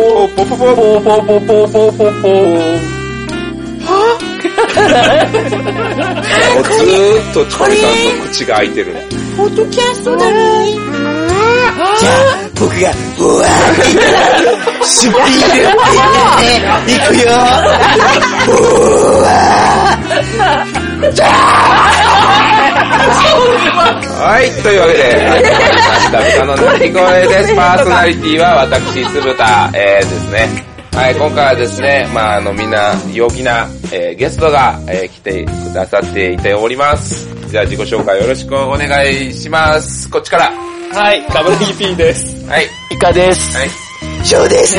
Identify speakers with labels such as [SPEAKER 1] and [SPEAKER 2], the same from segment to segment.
[SPEAKER 1] もうずー
[SPEAKER 2] ぽぽぽぽぽぽぽぽ
[SPEAKER 1] っとチコリさんの口が開いてる。
[SPEAKER 3] ポッドキャストだね
[SPEAKER 4] じゃあ、僕が、うわーって言ったら、出品入れって言ってね、行くよ
[SPEAKER 1] はい、というわけで、始まりました。豚の鳴き声です。パーソナリティは私、酢豚、えー、ですね。はい、今回はですね、まああの、みんな、陽気な、えー、ゲストが、えー、来てくださっていております。じゃあ、自己紹介よろしくお願いします。こっちから。は
[SPEAKER 2] はい、WDP です。
[SPEAKER 1] い、はい、
[SPEAKER 5] イカです。
[SPEAKER 4] ショーです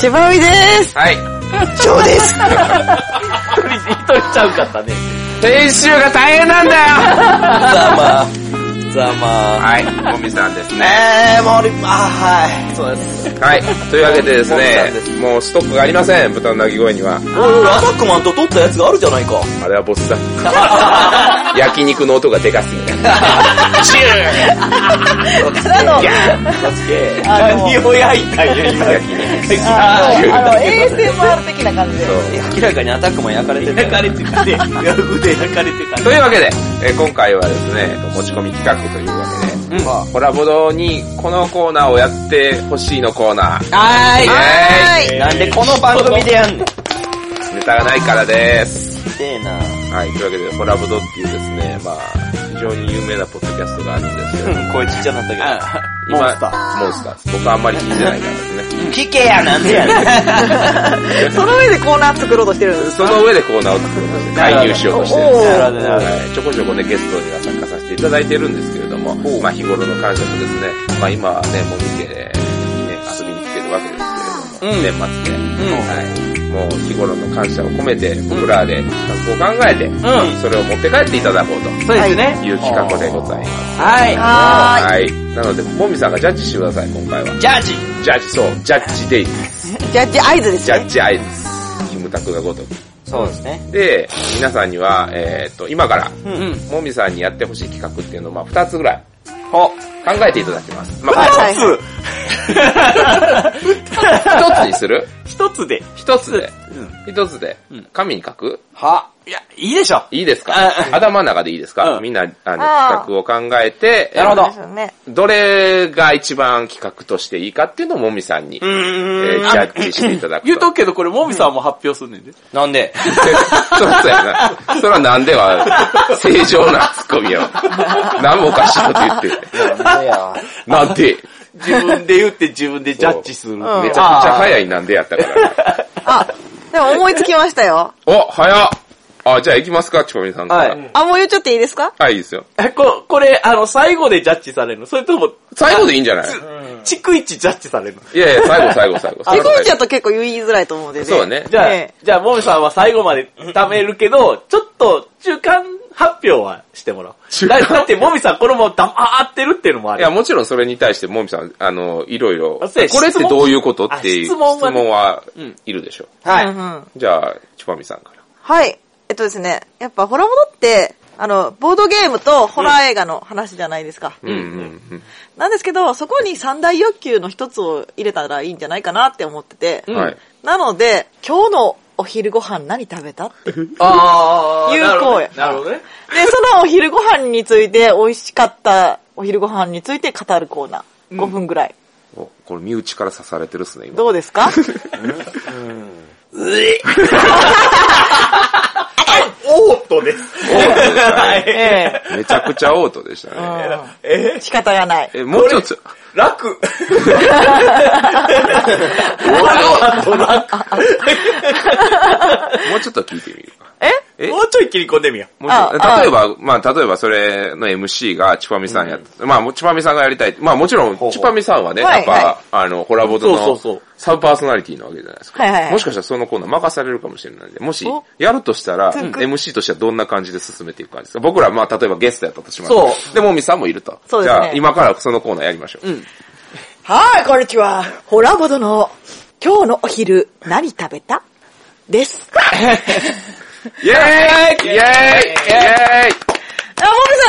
[SPEAKER 3] ちばみです
[SPEAKER 1] はい。
[SPEAKER 4] ショーです
[SPEAKER 5] 一人、一人ちゃうかったね。
[SPEAKER 1] 編集が大変なんだよ
[SPEAKER 4] ざまざま
[SPEAKER 1] はい、もみさんですね。
[SPEAKER 4] えー、もう、あー、はい。そうです。
[SPEAKER 1] はい、というわけでですね
[SPEAKER 4] もみさん、
[SPEAKER 1] もうストックがありません、豚の鳴き声には。
[SPEAKER 4] おいおい、アタックマンと撮ったやつがあるじゃないか。
[SPEAKER 1] あれはボスだ。 焼肉の音がでかすぎる。
[SPEAKER 3] あの、あの、
[SPEAKER 4] 何を焼いたんや、今。
[SPEAKER 1] 焼肉。
[SPEAKER 3] あの、あの ASMR 的な感じで。
[SPEAKER 1] そう
[SPEAKER 4] 明らかにアタックマン焼かれてる。焼かれてたね。腕焼かれてた
[SPEAKER 1] というわけで、えー今回はですね、えっと持ち込み企画というわけで、コラボ堂にこのコーナーをやってほしいのコーナー。
[SPEAKER 4] は
[SPEAKER 1] は
[SPEAKER 4] ーい。なんでこの番組でやんの
[SPEAKER 1] ネタがないからです。
[SPEAKER 4] ひでえな
[SPEAKER 1] はい、というわけで、コラボ堂っていうですね、まあ、非常に有名なポッドキャストがあるんですけど、
[SPEAKER 4] 声ちっちゃなったけど。
[SPEAKER 1] 今
[SPEAKER 4] モンスター。
[SPEAKER 1] モンスターです。僕はあんまり聞いてないからですね。
[SPEAKER 4] 聞けや、なんでやねん。
[SPEAKER 3] その上でコーナー作ろうとしてるんです
[SPEAKER 1] その上でコーナーを作ろうとして、介入しようとしてるんです
[SPEAKER 4] なるほど、なるほ
[SPEAKER 1] はいちょこちょこね、ゲストには参加させていただいてるんですけれども、まあ日頃の感謝とですね、まあ今はね、もみ家にね、遊びに来てるわけですけれども、年末で、はい、もう日頃の感謝を込めて、僕らで企画を考えて、それを持って帰っていただこうと
[SPEAKER 5] そうですね。
[SPEAKER 1] いう企画でございます。
[SPEAKER 5] はい。
[SPEAKER 3] はー
[SPEAKER 1] はい。なので、もみさんがジャッジしてください、今回は。
[SPEAKER 4] ジャージ
[SPEAKER 1] ジャッジ、そう、ジャッジデイズ。
[SPEAKER 3] い。ジャッジ合図です
[SPEAKER 1] ジャ
[SPEAKER 3] ね
[SPEAKER 1] ッ。ジアイズ。キムタクがごとく。
[SPEAKER 4] そうですね。
[SPEAKER 1] で、皆さんには、えーっと、今から、
[SPEAKER 4] うん
[SPEAKER 5] うん。
[SPEAKER 1] もみさんにやってほしい企画っていうのを、まあ、二つぐらい、考えていただきます。ま
[SPEAKER 3] はい
[SPEAKER 1] あ、
[SPEAKER 3] はい
[SPEAKER 4] つ
[SPEAKER 1] 一つにする
[SPEAKER 4] 一つで。
[SPEAKER 1] 一つで。一つで
[SPEAKER 5] ん。
[SPEAKER 1] 紙に書く
[SPEAKER 4] は。いや、いいでしょ。
[SPEAKER 1] いいですか
[SPEAKER 4] あ
[SPEAKER 1] 頭の中でいいですか
[SPEAKER 4] うん
[SPEAKER 1] みんな、あの、
[SPEAKER 3] あー
[SPEAKER 1] 企画を考えて、
[SPEAKER 4] なるほど
[SPEAKER 3] そうですよね。
[SPEAKER 1] どれが一番企画としていいかっていうのをもみさんに、え
[SPEAKER 4] ー
[SPEAKER 1] ージャッジしていただくと。
[SPEAKER 5] 言うとくけど、これ、もみさんも発表すんねんで。
[SPEAKER 4] なんで
[SPEAKER 1] そうそうやな。そらなんでは、正常なツッコミを。何もおかしいこと言ってる。
[SPEAKER 4] なんでや。
[SPEAKER 1] なんで、
[SPEAKER 5] 自分で言って自分でジャッジする。
[SPEAKER 3] うん
[SPEAKER 1] めちゃくちゃ早いなんでやったから。
[SPEAKER 3] あ、でも思いつきましたよ。
[SPEAKER 1] お、早っあ、じゃあ行きますか、チコミさんから。
[SPEAKER 5] はい
[SPEAKER 3] あ、もう言っちゃっていいですか
[SPEAKER 1] はい、いいですよ。
[SPEAKER 5] え、こ、これ、あの、最後でジャッジされるのそれとも、
[SPEAKER 1] 最後でいいんじゃない
[SPEAKER 5] 逐一ジャッジされるの
[SPEAKER 1] いやいや、最後、最後、最後。
[SPEAKER 3] チコイちゃ
[SPEAKER 1] ゃ
[SPEAKER 3] んと結構言いづらいと思うんでね。
[SPEAKER 1] そうね。
[SPEAKER 5] じゃあ、
[SPEAKER 3] え
[SPEAKER 5] じゃあ、もみさんは最後まで貯めるけど、ちょっと、中間発表はしてもらおう。
[SPEAKER 1] 中
[SPEAKER 5] だ
[SPEAKER 1] 間
[SPEAKER 5] だって、もみさん、これも黙ってるっていうのもあ
[SPEAKER 1] い
[SPEAKER 5] る
[SPEAKER 1] や、。もちろんそれに対して、もみさん、あの、いろいろ、こ
[SPEAKER 5] あそう
[SPEAKER 1] れ
[SPEAKER 5] や
[SPEAKER 1] ってどういうことっていう
[SPEAKER 5] 質
[SPEAKER 1] 質
[SPEAKER 5] 問あ質問はね
[SPEAKER 1] 問は
[SPEAKER 5] うん、
[SPEAKER 1] いるでしょ
[SPEAKER 4] は
[SPEAKER 3] う
[SPEAKER 4] い。
[SPEAKER 3] んうん
[SPEAKER 1] う。じゃあ、チコミさんから。
[SPEAKER 3] はい。えっとですね、やっぱホラボドって、あの、ボードゲームとホラー映画の話じゃないですか。
[SPEAKER 1] うんうんうん。
[SPEAKER 3] なんですけど、そこに三大欲求の一つを入れたらいいんじゃないかなって思ってて。
[SPEAKER 5] うん
[SPEAKER 1] はい。
[SPEAKER 3] なので、今日のお昼ご飯何食べたって。で、
[SPEAKER 5] あー
[SPEAKER 3] 有効や
[SPEAKER 5] なるほどね。
[SPEAKER 3] そのお昼ご飯について、美味しかったお昼ご飯について語るコーナー。5分ぐらい。
[SPEAKER 1] お、これ身内から刺されてるっすね、今。
[SPEAKER 3] どうですか
[SPEAKER 5] オートです。
[SPEAKER 3] ええ
[SPEAKER 1] めちゃくちゃオートでしたね。
[SPEAKER 3] う
[SPEAKER 5] え
[SPEAKER 3] ん。仕方がない。
[SPEAKER 1] え、もうちょっと、
[SPEAKER 5] 楽。ワゴンと
[SPEAKER 1] もうちょっと聞いてみるか。
[SPEAKER 3] え
[SPEAKER 1] え
[SPEAKER 5] もうちょい切り込んでみよ
[SPEAKER 1] もうちょっと
[SPEAKER 3] あ
[SPEAKER 1] 例えば、まあ、例えばそれの MC がチュパミさんやった、まあ、もうチュパミさんがやりたい。まあ、もちろん、
[SPEAKER 4] ほう
[SPEAKER 1] チュパミさんはね、
[SPEAKER 3] は
[SPEAKER 1] や
[SPEAKER 3] い
[SPEAKER 1] っぱ、
[SPEAKER 3] は
[SPEAKER 1] あの、ホラボト
[SPEAKER 5] そうそうそ
[SPEAKER 1] の
[SPEAKER 5] う
[SPEAKER 1] サブパーソナリティなわけじゃないですか。
[SPEAKER 3] はいはいはい
[SPEAKER 1] もしかしたらそのコーナー任されるかもしれないんで、もし
[SPEAKER 3] お、
[SPEAKER 1] やるとしたら、
[SPEAKER 3] つんく
[SPEAKER 1] MC としてはどんな感じで進めていくかですか僕ら、まあ、例えばゲストやったとします。。
[SPEAKER 5] そう
[SPEAKER 1] で、もみさんもいると。
[SPEAKER 3] そうで
[SPEAKER 1] じ
[SPEAKER 3] すね
[SPEAKER 1] ゃあ、今からそのコーナーやりましょう。
[SPEAKER 3] はい、こんにちは。ホラボドの、今日のお昼、何食べたです。あ、もみ
[SPEAKER 1] イェーイイェーイイェーイ
[SPEAKER 3] さ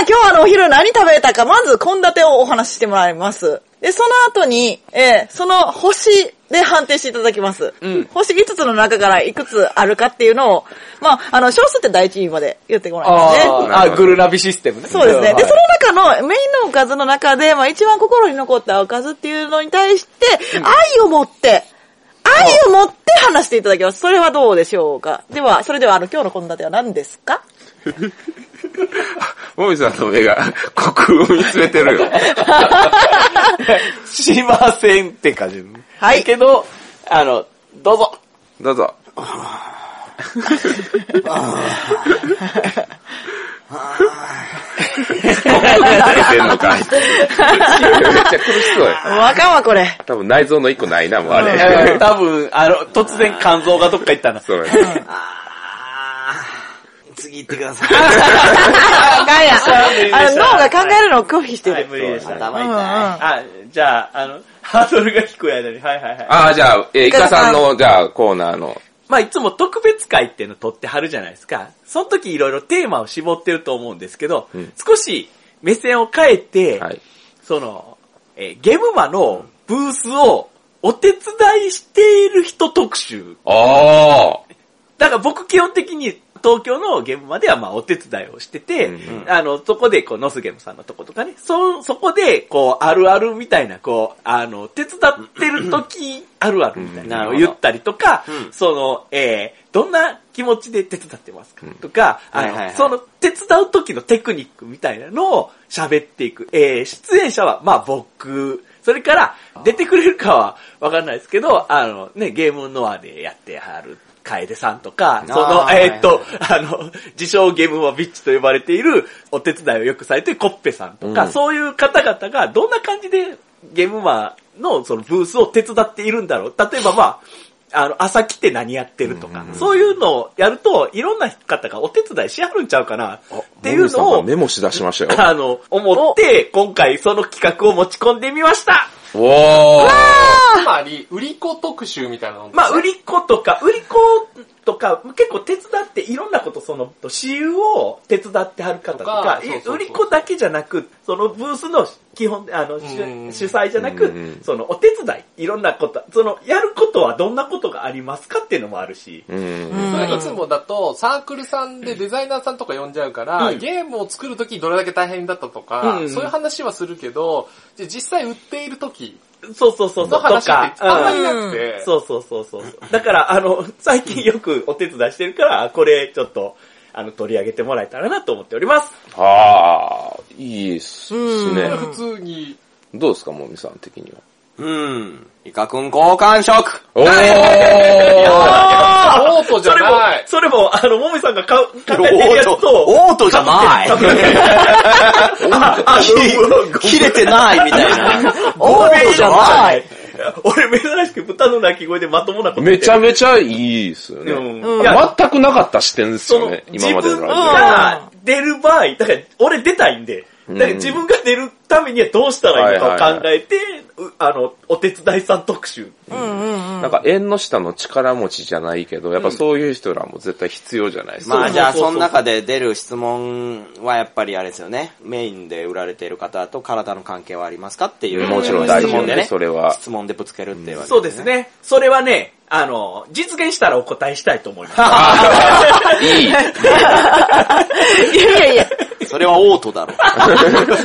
[SPEAKER 3] ん、今日あのお昼何食べたか、まず、献立をお話ししてもらいます。で、その後に、えーその星で判定していただきます。星5つの中からいくつあるかっていうのを、まあ、あの、少数って第一位まで言ってこないんですね。
[SPEAKER 5] あーあ、グルナビシステムね。
[SPEAKER 3] そうですね。で、そ
[SPEAKER 5] れ
[SPEAKER 3] の中の、メインのおかずの中で、まあ一番心に残ったおかずっていうのに対して、愛を持って、愛を持って話していただきます。それはどうでしょうかでは、それでは、あの、今日の献立は何ですか
[SPEAKER 1] もみさんの目が、虚空を見つめてるよ。
[SPEAKER 5] しませんって感じ。
[SPEAKER 3] はい
[SPEAKER 5] だけど、あの、どうぞ。
[SPEAKER 1] どうぞ。心が出てんのかい。めっちゃ苦しそうや。
[SPEAKER 3] わかんわ、これ。
[SPEAKER 1] 多分内臓の一個ないな、もうあれ。
[SPEAKER 5] 多分、あの、突然肝臓がどっか行ったな。
[SPEAKER 1] そうやね。
[SPEAKER 4] 次行ってください。
[SPEAKER 3] あかんや
[SPEAKER 5] 理で
[SPEAKER 3] あの、
[SPEAKER 5] した
[SPEAKER 3] 脳が考えるのを拒否して
[SPEAKER 5] はい、
[SPEAKER 3] る。
[SPEAKER 5] 無理でした。
[SPEAKER 4] 頭
[SPEAKER 5] あ、じゃあ、あの、 ハードルが低い間に、はいはいはい。
[SPEAKER 1] ああ、じゃあ、えーイカさんの、じゃあ、コーナーの。
[SPEAKER 5] まあ、いつも特別会っていうの取ってはるじゃないですか。その時いろいろテーマを絞ってると思うんですけど、
[SPEAKER 1] ん
[SPEAKER 5] 少し目線を変えて、
[SPEAKER 1] はい。
[SPEAKER 5] その、えーゲムマのブースをお手伝いしている人特集。
[SPEAKER 1] あ
[SPEAKER 5] だから僕基本的に東京のゲームまではまあお手伝いをしてて、
[SPEAKER 1] うん
[SPEAKER 5] あの、そこでこう、ノスゲムさんのとことかね、そ、そこでこう、あるあるみたいな、こう、あの、手伝ってる時、あるあるみたいなのを言ったりとか、
[SPEAKER 4] うん
[SPEAKER 5] その、えー、どんな気持ちで手伝ってますか、とか、あの、
[SPEAKER 4] はいはいはい
[SPEAKER 5] その、手伝う時のテクニックみたいなのを喋っていく。えー、出演者は、まあ僕、それから、出てくれるかはわかんないですけど、あの、ね、ゲームノアでやってはる、楓さんとか、その、
[SPEAKER 4] あー
[SPEAKER 5] えーっと、あの、自称ゲームはビッチと呼ばれているお手伝いをよくされているコッペさんとか、
[SPEAKER 1] うん
[SPEAKER 5] そういう方々がどんな感じでゲームマンのそのブースを手伝っているんだろう。例えばまあ、あの、朝来て何やってるとか、そういうのをやると、いろんな方がお手伝いしはるんちゃうかな、っ
[SPEAKER 1] あ。
[SPEAKER 5] ていう
[SPEAKER 1] もみさ
[SPEAKER 5] の
[SPEAKER 1] んが
[SPEAKER 5] を、
[SPEAKER 1] メモしだしましたよ。
[SPEAKER 5] あの、思って、今回その企画を持ち込んでみました
[SPEAKER 1] おー。
[SPEAKER 2] つまり、売り子特集みたいなの。
[SPEAKER 5] まあ、売り子とか、売り子とか、結構手伝って、いろんなこと、その、私有を手伝ってはる方と
[SPEAKER 2] とか
[SPEAKER 5] か、
[SPEAKER 2] そうそうそう
[SPEAKER 5] 売り子だけじゃなく、そのブースの基本、あの、主
[SPEAKER 2] うん
[SPEAKER 5] 主催じゃな
[SPEAKER 1] うんう
[SPEAKER 5] く
[SPEAKER 1] ん、
[SPEAKER 5] その、お手伝い、いろんなこと、その、やることはどんなことがありますかっていうのもあるし、
[SPEAKER 1] うん。
[SPEAKER 2] それいつもだと、サークルさんでデザイナーさんとか呼んじゃうから、
[SPEAKER 5] うん
[SPEAKER 2] ゲームを作るときどれだけ大変だったとか、
[SPEAKER 5] うんうん
[SPEAKER 2] そういう話はするけど、じゃあ実際売っているとき
[SPEAKER 5] そうそうそうそう、
[SPEAKER 2] の
[SPEAKER 5] と
[SPEAKER 2] 話って
[SPEAKER 5] か、
[SPEAKER 2] あんまり
[SPEAKER 5] うん
[SPEAKER 2] なくて、
[SPEAKER 5] そうそうそうそう。だから、あの、最近よくお手伝いしてるから、あこれ、ちょっと、あの、取り上げてもらえたらなと思っております。
[SPEAKER 1] はあ、いいっすね。
[SPEAKER 2] これ普通に、
[SPEAKER 1] どうですか、もみさん的には。
[SPEAKER 4] うん。イカくん好感触
[SPEAKER 1] おー
[SPEAKER 2] オートじゃない。
[SPEAKER 5] それも、それも、あの、もみさんが買う、買ってる
[SPEAKER 4] オ
[SPEAKER 5] やつ
[SPEAKER 4] ート
[SPEAKER 5] と、、
[SPEAKER 4] オートじゃない
[SPEAKER 5] あ、あ、
[SPEAKER 4] 切れてないみたいな。
[SPEAKER 5] オ
[SPEAKER 4] オートじゃない
[SPEAKER 5] い。俺珍しく豚の鳴き声でまともなこと言
[SPEAKER 1] め
[SPEAKER 5] って
[SPEAKER 1] ちゃめちゃいいっすよ
[SPEAKER 5] る
[SPEAKER 1] ね。
[SPEAKER 5] うん。いや、
[SPEAKER 1] 全くなかった視点です
[SPEAKER 5] そ
[SPEAKER 1] よ
[SPEAKER 5] の、
[SPEAKER 1] ね、
[SPEAKER 5] 自
[SPEAKER 1] 今まで
[SPEAKER 5] 分
[SPEAKER 1] のラジ
[SPEAKER 5] が出る場合、だから俺出たいんで、だから自分が出るためにはどうしたらいいのかを考えて、うあの、お手伝いさん特集。
[SPEAKER 1] オ。なんか縁の下の力持ちじゃないけど、やっぱそういう人らも絶対必要じゃないですか。
[SPEAKER 4] まあじゃあ
[SPEAKER 5] そうそうそう
[SPEAKER 4] その中で出る質問はやっぱりあれですよね。メインで売られている方と体の関係はありますかっていう。
[SPEAKER 1] もちろん大事
[SPEAKER 4] 質問でね。
[SPEAKER 1] それは
[SPEAKER 4] 質問でぶつけるっていうわけ
[SPEAKER 5] そうですね。それはね、あの、実現したらお答えしたいと思います。
[SPEAKER 1] いい。
[SPEAKER 3] いやいや
[SPEAKER 4] それはオートだろ。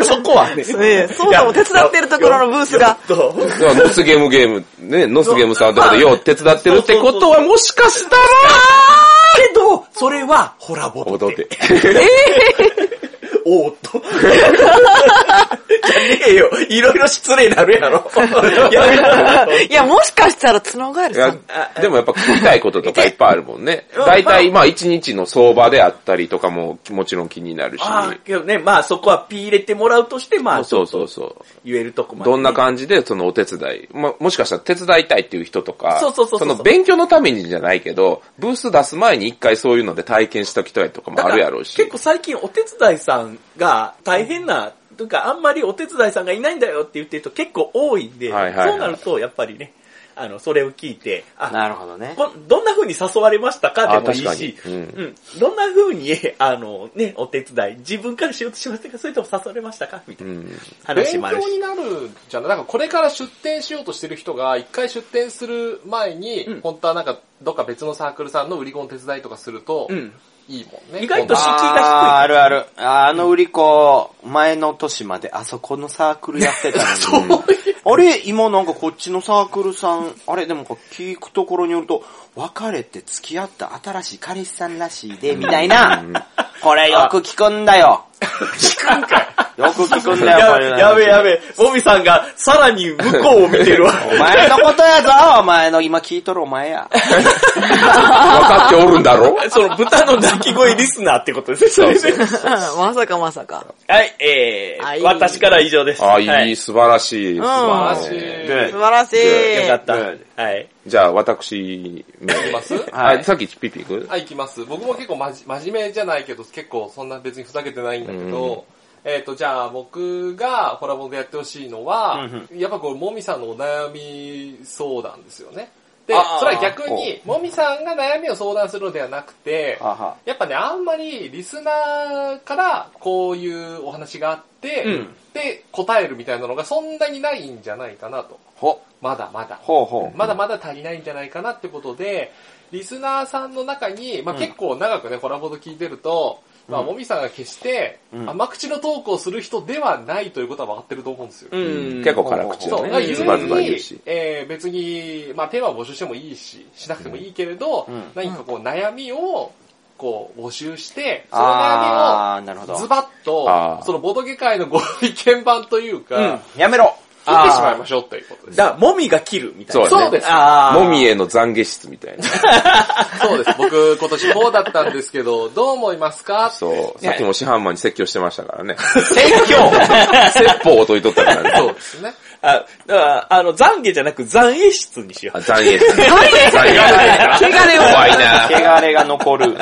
[SPEAKER 5] そこはね。
[SPEAKER 3] いや、そうだもん、手伝ってるところのブースが。
[SPEAKER 5] どう
[SPEAKER 1] だからノスゲームゲーム、ね、ノスゲームさんとかでよう手伝ってるってことはもしかしたら、
[SPEAKER 5] けど、それは、ホラボド。
[SPEAKER 1] 踊って。
[SPEAKER 5] おーっと。じゃねえよ。いろいろ失礼なる やろ。やめろ
[SPEAKER 3] いや、もしかしたら、角ガエル
[SPEAKER 1] い
[SPEAKER 3] さ
[SPEAKER 1] や
[SPEAKER 3] ん。、
[SPEAKER 1] でもやっぱ食いたいこととかいっぱいあるもんね。
[SPEAKER 5] うん
[SPEAKER 1] 大体まあ一日の相場であったりとかももちろん気になるし。
[SPEAKER 5] ああ、けどね、まあそこはピー入れてもらうとして、まあ、
[SPEAKER 1] そうそうそう。
[SPEAKER 5] 言えるとこまで。
[SPEAKER 1] どんな感じでそのお手伝い、ま、もしかしたら手伝いたいっていう人とか、
[SPEAKER 5] そうそうそうそう
[SPEAKER 1] の勉強のためにじゃないけど、ブース出す前に一回そういうので体験した人やとかもあるやろうし。
[SPEAKER 5] 結構最近お手伝いさんが大変な、とかあんまりお手伝いさんがいないんだよって言ってる人結構多いんで、
[SPEAKER 1] はいはいはい
[SPEAKER 5] そうなるとやっぱりね、あの、それを聞いて、あ、
[SPEAKER 4] なるほどね。
[SPEAKER 5] こどんな風に誘われましたかでもいい
[SPEAKER 1] あ
[SPEAKER 5] し
[SPEAKER 1] 確、かにうん
[SPEAKER 5] うんどんな風に、あの、ね、お手伝い、自分から仕事しましたかそれとも誘われましたかみた
[SPEAKER 1] う。
[SPEAKER 5] いなん
[SPEAKER 2] 勉
[SPEAKER 5] 話もある
[SPEAKER 2] 強
[SPEAKER 5] し。
[SPEAKER 2] になるじゃないなんかこれから出店しようとしてる人が、一回出店する前に、
[SPEAKER 5] うん
[SPEAKER 2] 本当はなんか、どっか別のサークルさんの売り子の手伝いとかすると、
[SPEAKER 5] うん。
[SPEAKER 2] いいもんね。
[SPEAKER 5] 意外と
[SPEAKER 2] 今度
[SPEAKER 5] 敷居が低い
[SPEAKER 4] あーあるある。あーあの売り子、前の年まであそこのサークルやってた のに。あれ、今なんかこっちのサークルさん、あれ、でもなんか聞くところによると、別れて付き合った新しい彼氏さんらしいで、みたいな。これよく聞くんだよ。 聞くんかよく聞くんだよ、こ
[SPEAKER 5] や
[SPEAKER 4] れ
[SPEAKER 5] べ、やべ、やべ、ボビさんがさらに向こうを見てるわ。
[SPEAKER 4] お前のことやぞお前の、今聞いとるお前や。
[SPEAKER 1] わかっておるんだ ろ
[SPEAKER 5] その豚の鳴き声リスナーってことですね、それね。
[SPEAKER 3] まさかまさか。
[SPEAKER 5] はい、え
[SPEAKER 3] は
[SPEAKER 5] ー、
[SPEAKER 3] い
[SPEAKER 5] 私から以上です。
[SPEAKER 1] あ、
[SPEAKER 5] はい
[SPEAKER 1] い、
[SPEAKER 5] よ
[SPEAKER 1] 素晴らしい。
[SPEAKER 3] ん
[SPEAKER 2] 素晴
[SPEAKER 4] らし
[SPEAKER 2] らしい。
[SPEAKER 4] い
[SPEAKER 3] 素晴らしい。
[SPEAKER 5] かった。
[SPEAKER 4] うん
[SPEAKER 5] はい。
[SPEAKER 1] じゃあ、私、行
[SPEAKER 2] きます
[SPEAKER 1] は
[SPEAKER 4] はい
[SPEAKER 1] い。さっきピッピ行く
[SPEAKER 2] あ、行きます。僕も結構まじ真面目じゃないけど、結構そんな別にふざけてないんだけど、えっ、と、じゃあ僕がホラボンでやってほしいのは、やっぱこれ、もみさんのお悩み相談ですよね。で
[SPEAKER 4] あ、ー
[SPEAKER 2] それは逆に、もみさんが悩みを相談するのではなくて、
[SPEAKER 4] あは
[SPEAKER 2] やっぱね、あんまりリスナーからこういうお話があって、
[SPEAKER 5] うん
[SPEAKER 2] で、答えるみたいなのがそんなにないんじゃないかなと。
[SPEAKER 4] ほ、
[SPEAKER 2] まだまだ。
[SPEAKER 4] ほうほう。
[SPEAKER 2] まだまだ足りないんじゃないかなってことで、リスナーさんの中に、まあ、結構長くね、コラボで聞いてると、まあ、もみさんが決して、
[SPEAKER 4] うん
[SPEAKER 2] 甘口のトークをする人ではないということは分かってると思うんですよ。
[SPEAKER 5] うん
[SPEAKER 1] 結構辛口
[SPEAKER 2] そ
[SPEAKER 1] だ
[SPEAKER 2] う。だから
[SPEAKER 1] ね。
[SPEAKER 2] ゆ
[SPEAKER 1] ズバズバ
[SPEAKER 2] え
[SPEAKER 1] 言う
[SPEAKER 2] に
[SPEAKER 1] し。、
[SPEAKER 2] えー別に、まあ、テーマを募集してもいいし、しなくてもいいけれど、
[SPEAKER 4] うん
[SPEAKER 2] 何かこう、悩みを、こう、募集して、その悩
[SPEAKER 4] あー、なるほ
[SPEAKER 2] みを、ズ
[SPEAKER 4] ど。
[SPEAKER 2] バッ
[SPEAKER 1] あ
[SPEAKER 2] と
[SPEAKER 1] ー、
[SPEAKER 2] そのボドゲ界のご意見版というか、
[SPEAKER 5] うん
[SPEAKER 4] やめろ
[SPEAKER 2] 切ってしまいましょうということです。
[SPEAKER 5] だから、もみが切るみたい
[SPEAKER 1] そ
[SPEAKER 5] な。
[SPEAKER 1] うだ
[SPEAKER 2] そうで
[SPEAKER 1] ね。
[SPEAKER 2] す。
[SPEAKER 5] あー
[SPEAKER 1] もみへの懺悔室みたい な。
[SPEAKER 2] そうです。僕、今年こうだったんですけど、どう思いますか
[SPEAKER 1] そう。
[SPEAKER 5] ね
[SPEAKER 1] さっきも市販マンに説教してましたから ね。
[SPEAKER 2] 選挙
[SPEAKER 1] 説法を解いとったから
[SPEAKER 2] そう
[SPEAKER 1] ね
[SPEAKER 2] で。すね。
[SPEAKER 5] あ、だから、あの、懺悔じゃなく懺悔室にしよ
[SPEAKER 1] あ懺悔室。懺悔
[SPEAKER 3] 悔室汚れを
[SPEAKER 1] 怖いな。
[SPEAKER 4] 汚れが残る。
[SPEAKER 3] うん。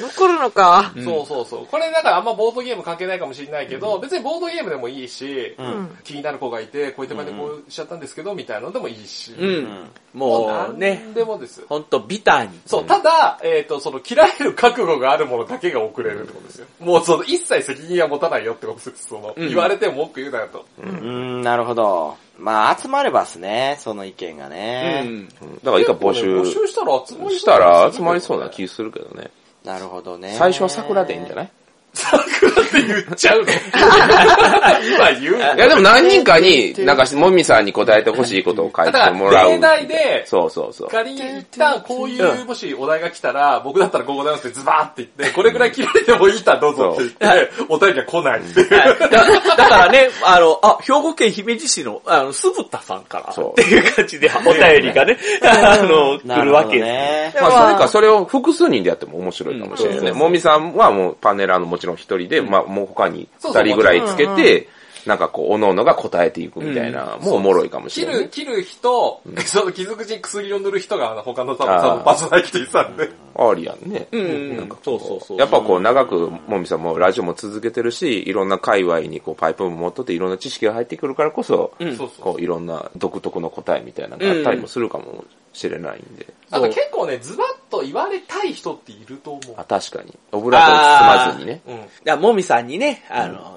[SPEAKER 3] 残るのか。
[SPEAKER 2] そうそうそう。これだからあんまボードゲーム関係ないかもしれないけど、別にボードゲームでもいいし、
[SPEAKER 3] ん
[SPEAKER 2] 気になる子がいて、こういった場でこうしちゃったんですけど、みたいなのでもいいし。
[SPEAKER 5] う。うん。もうね、
[SPEAKER 2] 何でもです。
[SPEAKER 5] ほんとビターに。
[SPEAKER 2] そう、ただ、えっ、と、その、嫌える覚悟があるものだけが遅れるってことですよ。もう、その、一切責任は持たないよってことです。その、
[SPEAKER 5] うん
[SPEAKER 2] 言われても文句言うなよと。
[SPEAKER 4] うーん、なるほど。まあ、集まればっすね、その意見が
[SPEAKER 5] う
[SPEAKER 4] ね。
[SPEAKER 5] ん。
[SPEAKER 1] だから以下募
[SPEAKER 2] 募
[SPEAKER 1] 集
[SPEAKER 2] 集したら集まりそうな
[SPEAKER 1] したら集まりそうな気するけどね。
[SPEAKER 4] なるほどね。
[SPEAKER 1] 最初は桜でいいんじゃ
[SPEAKER 4] ない
[SPEAKER 1] ない
[SPEAKER 2] 桜って言っちゃうの今言うの
[SPEAKER 1] いやでも何人かに、なんかもみさんに答えてほしいことを書いてもらう。
[SPEAKER 2] 例題で
[SPEAKER 1] そうそうそう。
[SPEAKER 2] 仮に一旦こういう、もしお題が来たら、僕だったらこうございますってズバーって言って、これぐらい切られてもいいたらどうぞって言って、お便りが来ないっていう。
[SPEAKER 5] だだからね、あの、あ、兵庫県姫路市の、あの、すぶたさんから、
[SPEAKER 1] そう
[SPEAKER 5] っていう感じで、お便りがね、あの、来るわけです。
[SPEAKER 4] ね。
[SPEAKER 1] まあ、それか、それを複数人でやっても面白いかもしれないね。もみさんはもうパネラーのもちろん一人で、まあ、もう他に二人ぐらいつけて、なんかこう、おののが答えていくみたいな、もうおもろいかもし
[SPEAKER 2] 切
[SPEAKER 1] れない
[SPEAKER 2] る、。切る人、その傷口に薬を塗る人があの他の多分
[SPEAKER 1] あー
[SPEAKER 2] 多分パーソナリティさんで。
[SPEAKER 1] ありやんね。
[SPEAKER 5] うん
[SPEAKER 1] なんか
[SPEAKER 5] そ
[SPEAKER 1] こ
[SPEAKER 5] うそうそう
[SPEAKER 1] やっぱこう、長く、もみさんもラジオも続けてるし、いろんな界隈にこう、パイプも持っとって、いろんな知識が入ってくるからこそ、
[SPEAKER 5] ん
[SPEAKER 2] そうそう
[SPEAKER 1] こう、いろんな独特の答えみたいなのがあったりもするかもしれないんで。
[SPEAKER 2] あと結構ね、ズバッと言われたい人っていると思う
[SPEAKER 1] あ、。確かに。オブラートを包まずにね。
[SPEAKER 2] うん。
[SPEAKER 5] だからもみさんにね、あの、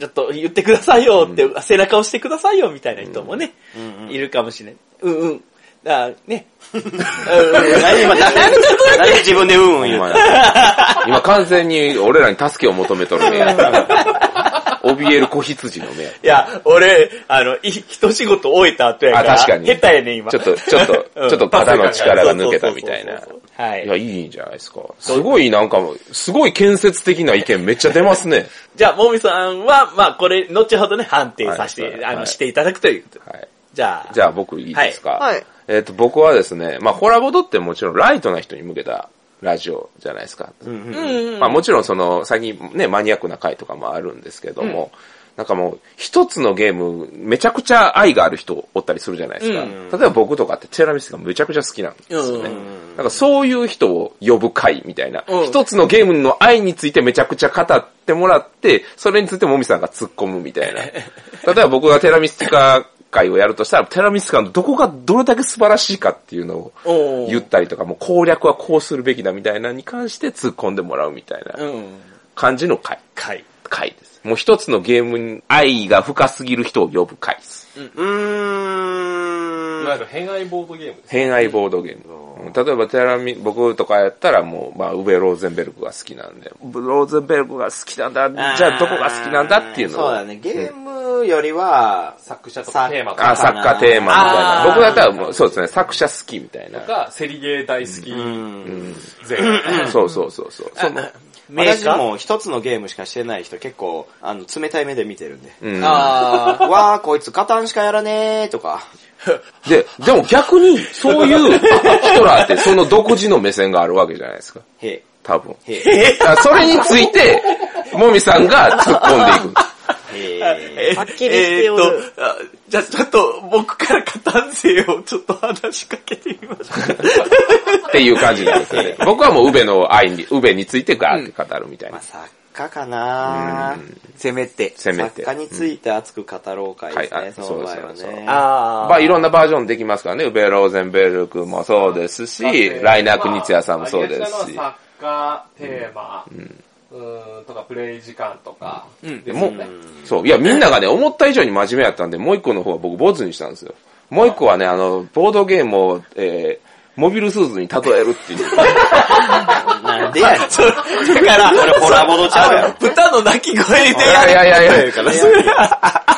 [SPEAKER 5] ちょっと言ってくださいよって、背中押してくださいよみたいな人もね、いるかもしれない。うんうん。だからね。
[SPEAKER 4] 何 今、何自分でうんうん言
[SPEAKER 1] 今
[SPEAKER 4] う
[SPEAKER 1] 今完全に俺らに助けを求めとる目 や。怯える子羊の目や。
[SPEAKER 5] いや、俺、あの、い一仕事終えた後やから、
[SPEAKER 1] あ確かに
[SPEAKER 5] 下手やね、今。
[SPEAKER 1] ちょっと、ちょっと、 ちょっと肩の力が抜けたみたいな。
[SPEAKER 5] はいい
[SPEAKER 1] や、。いいんじゃないですか。すごいなんかもう、すごい建設的な意見めっちゃ出ますね。
[SPEAKER 5] じゃあ、もみさんは、まあ、これ、後ほどね、判定させて、
[SPEAKER 1] はい
[SPEAKER 5] あの、
[SPEAKER 1] はい
[SPEAKER 5] していただくということで。
[SPEAKER 1] はい。
[SPEAKER 5] じゃあ、
[SPEAKER 1] じゃあ僕いいですか。
[SPEAKER 3] はいはい
[SPEAKER 1] えっ、と、僕はですね、まあコラボドってもちろんライトな人に向けたラジオじゃないですか。まあもちろんその、最近ね、マニアックな回とかもあるんですけども、なんかもう、一つのゲーム、めちゃくちゃ愛がある人おったりするじゃないですか。例えば僕とかってチェラミスがめちゃくちゃ好きなんですよね。なんかそういう人を呼ぶ回みたいな、
[SPEAKER 5] うん
[SPEAKER 1] 一つのゲームの愛についてめちゃくちゃ語ってもらって、それについてもみさんが突っ込むみたいな。例えば僕がテラミスティカ会をやるとしたら、テラミスカのどこがどれだけ素晴らしいかっていうのを
[SPEAKER 5] おー
[SPEAKER 1] 言ったりとか、もう攻略はこうするべきだみたいなのに関して突っ込んでもらうみたいな
[SPEAKER 5] うん。
[SPEAKER 1] 感じの会。
[SPEAKER 5] 回。
[SPEAKER 1] 会です。もう一つのゲームに愛が深すぎる人を呼ぶ会です。
[SPEAKER 4] うー
[SPEAKER 2] い
[SPEAKER 4] ん。
[SPEAKER 2] わゆる偏愛ボードゲームです。
[SPEAKER 1] 偏愛ボードゲーム。うん例えば、テラミ、僕とかやったらもう、まあ、上ローゼンベルクが好きなんで、ローゼンベルクが好きなんだ、じゃあどこが好きなんだっていうのを。
[SPEAKER 4] そうだね。ゲームよりは、
[SPEAKER 2] 作者とかテーマと
[SPEAKER 1] あ、
[SPEAKER 2] か、
[SPEAKER 1] 作家テーマみたい
[SPEAKER 5] あ
[SPEAKER 1] な。
[SPEAKER 5] ー
[SPEAKER 1] 僕だったらもう、そうですね、作者好きみたいな。
[SPEAKER 2] がセリゲー大好き
[SPEAKER 4] うん。
[SPEAKER 2] 勢。
[SPEAKER 1] そうそうそうそう。その
[SPEAKER 5] メー
[SPEAKER 4] 私
[SPEAKER 5] カー
[SPEAKER 4] も一つのゲームしかしてない人結構、あの、冷たい目で見てるんで。
[SPEAKER 1] うん
[SPEAKER 5] あー
[SPEAKER 4] わー、こいつカタンしかやらねーとか。
[SPEAKER 1] で、でも逆に、そういう人らって、その独自の目線があるわけじゃないですか。
[SPEAKER 4] へい
[SPEAKER 1] 多分。
[SPEAKER 4] へい
[SPEAKER 1] だからそれについて、もみさんが突っ込んでいく。
[SPEAKER 4] へい
[SPEAKER 3] はっきりしておる
[SPEAKER 5] えーっとあじゃあちょっと僕から加担性をちょっと話しかけてみます。
[SPEAKER 1] っていう感じなんですよね。僕はもう、宇部の愛に、宇部についてガーって語るみたい
[SPEAKER 4] まあ、
[SPEAKER 1] な。
[SPEAKER 4] 作家かなー
[SPEAKER 5] せめて。
[SPEAKER 1] せめて。
[SPEAKER 4] 作家について熱く語ろう会です
[SPEAKER 1] はい
[SPEAKER 4] ね、
[SPEAKER 1] あ
[SPEAKER 4] その場合は
[SPEAKER 1] そうそうそう
[SPEAKER 4] ね。
[SPEAKER 5] あ
[SPEAKER 1] まあいろんなバージョンできますからね。ウベローゼンベルクもそうですし、ライナー・クニチアさんもそうですし。
[SPEAKER 2] まあありがちなのは作家、テーマ、うーん、とかプレイ時間とか、です
[SPEAKER 1] も
[SPEAKER 2] よ
[SPEAKER 1] う
[SPEAKER 2] ね。、
[SPEAKER 1] そう。いや、みんながね、思った以上に真面目やったんで、もう一個の方は僕、坊主にしたんですよ。もう一個はね、あの、ボードゲームを、えー、モビルスーツに例えるっていう。
[SPEAKER 4] なんでやねん。だから、俺ホラボドちゃうやろ。
[SPEAKER 5] 豚の鳴き声
[SPEAKER 1] いやいやいやいや、例
[SPEAKER 3] あ、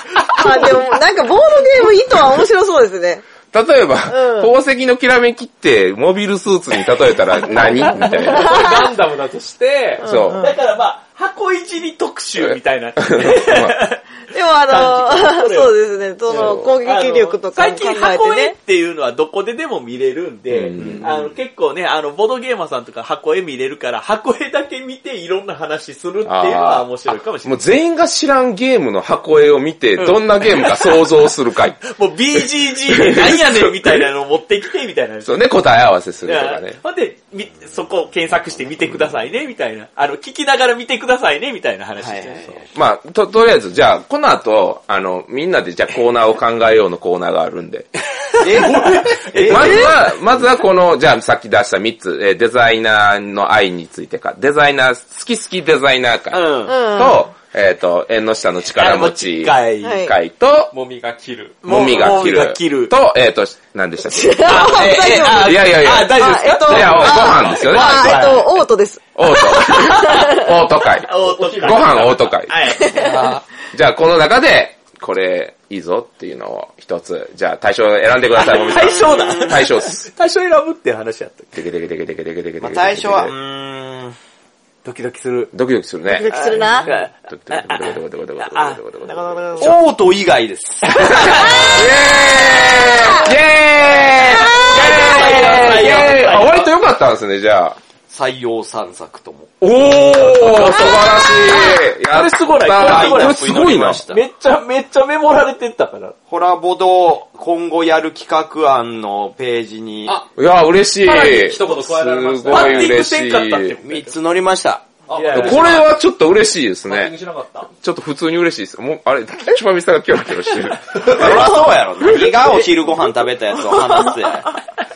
[SPEAKER 3] でも、なんかボードゲーム意図は面白そうですね。
[SPEAKER 1] えば、宝石のきらめきって、モビルスーツに例えたら何みたいな。
[SPEAKER 2] これガンダムだとして、
[SPEAKER 1] そう。
[SPEAKER 5] だからまあ、箱いじり特集みたい な。
[SPEAKER 3] でもあの、そうですね、その攻撃力と か
[SPEAKER 5] あ
[SPEAKER 3] も
[SPEAKER 5] の最近
[SPEAKER 3] 考え
[SPEAKER 5] 箱
[SPEAKER 3] て
[SPEAKER 5] 絵っ
[SPEAKER 3] ね。
[SPEAKER 5] ていうのはどこででも見れるんで、
[SPEAKER 1] う
[SPEAKER 5] あの結構ね、あの、ボードゲーマーさんとか箱絵見れるから、箱絵だけ見ていろんな話するっていうのは面白いかもしれ
[SPEAKER 1] もう
[SPEAKER 5] ない。
[SPEAKER 1] 全員が知らんゲームの箱絵を見て、どんなゲームか想像する 回。
[SPEAKER 5] もう BGG で何やねんみたいなのを持ってきてみたいな。
[SPEAKER 1] そうね、答え合わせす
[SPEAKER 5] い
[SPEAKER 1] るとか
[SPEAKER 5] や
[SPEAKER 1] ね。
[SPEAKER 5] ほんで、みそこを検索して見てくださいね、みたいな。あの、聞きながら見てくださいね、みたいな話して
[SPEAKER 4] はいはいはい
[SPEAKER 5] ね。
[SPEAKER 1] まあ、と、とりあえず、じゃあ、この後、あの、みんなでじゃあコーナーを考えようのコーナーがあるん で。
[SPEAKER 4] え
[SPEAKER 1] まずは、まずはこの、じゃあさっき出した3つ、えーデザイナーの愛についてか、デザイナー、好き好きデザイナー会と、
[SPEAKER 5] うん。
[SPEAKER 1] えっ、と、縁の下の力持ち
[SPEAKER 5] 力持ち
[SPEAKER 3] は
[SPEAKER 5] 会。
[SPEAKER 3] い
[SPEAKER 1] 会と、
[SPEAKER 2] もみが切る。
[SPEAKER 1] もみが切
[SPEAKER 5] もみが
[SPEAKER 1] る。
[SPEAKER 5] 切る
[SPEAKER 1] と、えっ、と、何でしたっけ
[SPEAKER 3] あ
[SPEAKER 1] え
[SPEAKER 3] 大丈
[SPEAKER 1] えいやいやいや。
[SPEAKER 5] あ大丈夫ですか
[SPEAKER 3] あえっと
[SPEAKER 1] いや、ご飯ですよね。
[SPEAKER 3] あ、えっと、オートです。
[SPEAKER 1] オート。オート会。
[SPEAKER 5] おと
[SPEAKER 1] ご飯オート会。
[SPEAKER 5] はい。
[SPEAKER 1] じゃあ、この中で、これ、いいぞっていうのを一つ。じゃあ、対象選んでください、もみさん
[SPEAKER 5] 対象だ。
[SPEAKER 1] 対象っす。
[SPEAKER 5] 対象選ぶって話やったっけ
[SPEAKER 1] てけてけてけてけてけてけて
[SPEAKER 4] まあ
[SPEAKER 1] け。
[SPEAKER 4] 対象は、うーん。
[SPEAKER 5] ドキドキする。
[SPEAKER 1] ドキドキするね。
[SPEAKER 3] ドキするな。
[SPEAKER 1] ドキドキドキドキドキドキドキドキドキドキドキドキ
[SPEAKER 4] オート以外です。
[SPEAKER 1] イェーイイェーイイェーイイェーイあ割と良かったんですね、じゃあ。
[SPEAKER 4] 採用三作とも。
[SPEAKER 1] おー素晴らしいや
[SPEAKER 5] これすごいな
[SPEAKER 1] った
[SPEAKER 5] こ
[SPEAKER 1] こ
[SPEAKER 5] れ
[SPEAKER 1] れすごいな。
[SPEAKER 5] めっちゃめっちゃメモられてったから。
[SPEAKER 4] ホラボド今後やる企画案のページに
[SPEAKER 2] あ
[SPEAKER 1] いや、嬉しい。
[SPEAKER 2] 一言加えられまし
[SPEAKER 1] す
[SPEAKER 2] た
[SPEAKER 1] ごい嬉しい。
[SPEAKER 5] パッティングせんかったって
[SPEAKER 4] 3つ乗りました。
[SPEAKER 2] あ、
[SPEAKER 5] いやいや
[SPEAKER 1] これはちょっと嬉しいです
[SPEAKER 2] マッチング
[SPEAKER 1] ね。
[SPEAKER 2] しなかった。
[SPEAKER 1] ちょっと普通に嬉しいです。もう、あれ、ちばみさんがキョロキョロしてる。
[SPEAKER 4] そりゃそうやろ。何がお昼ご飯食べたやつを話すや。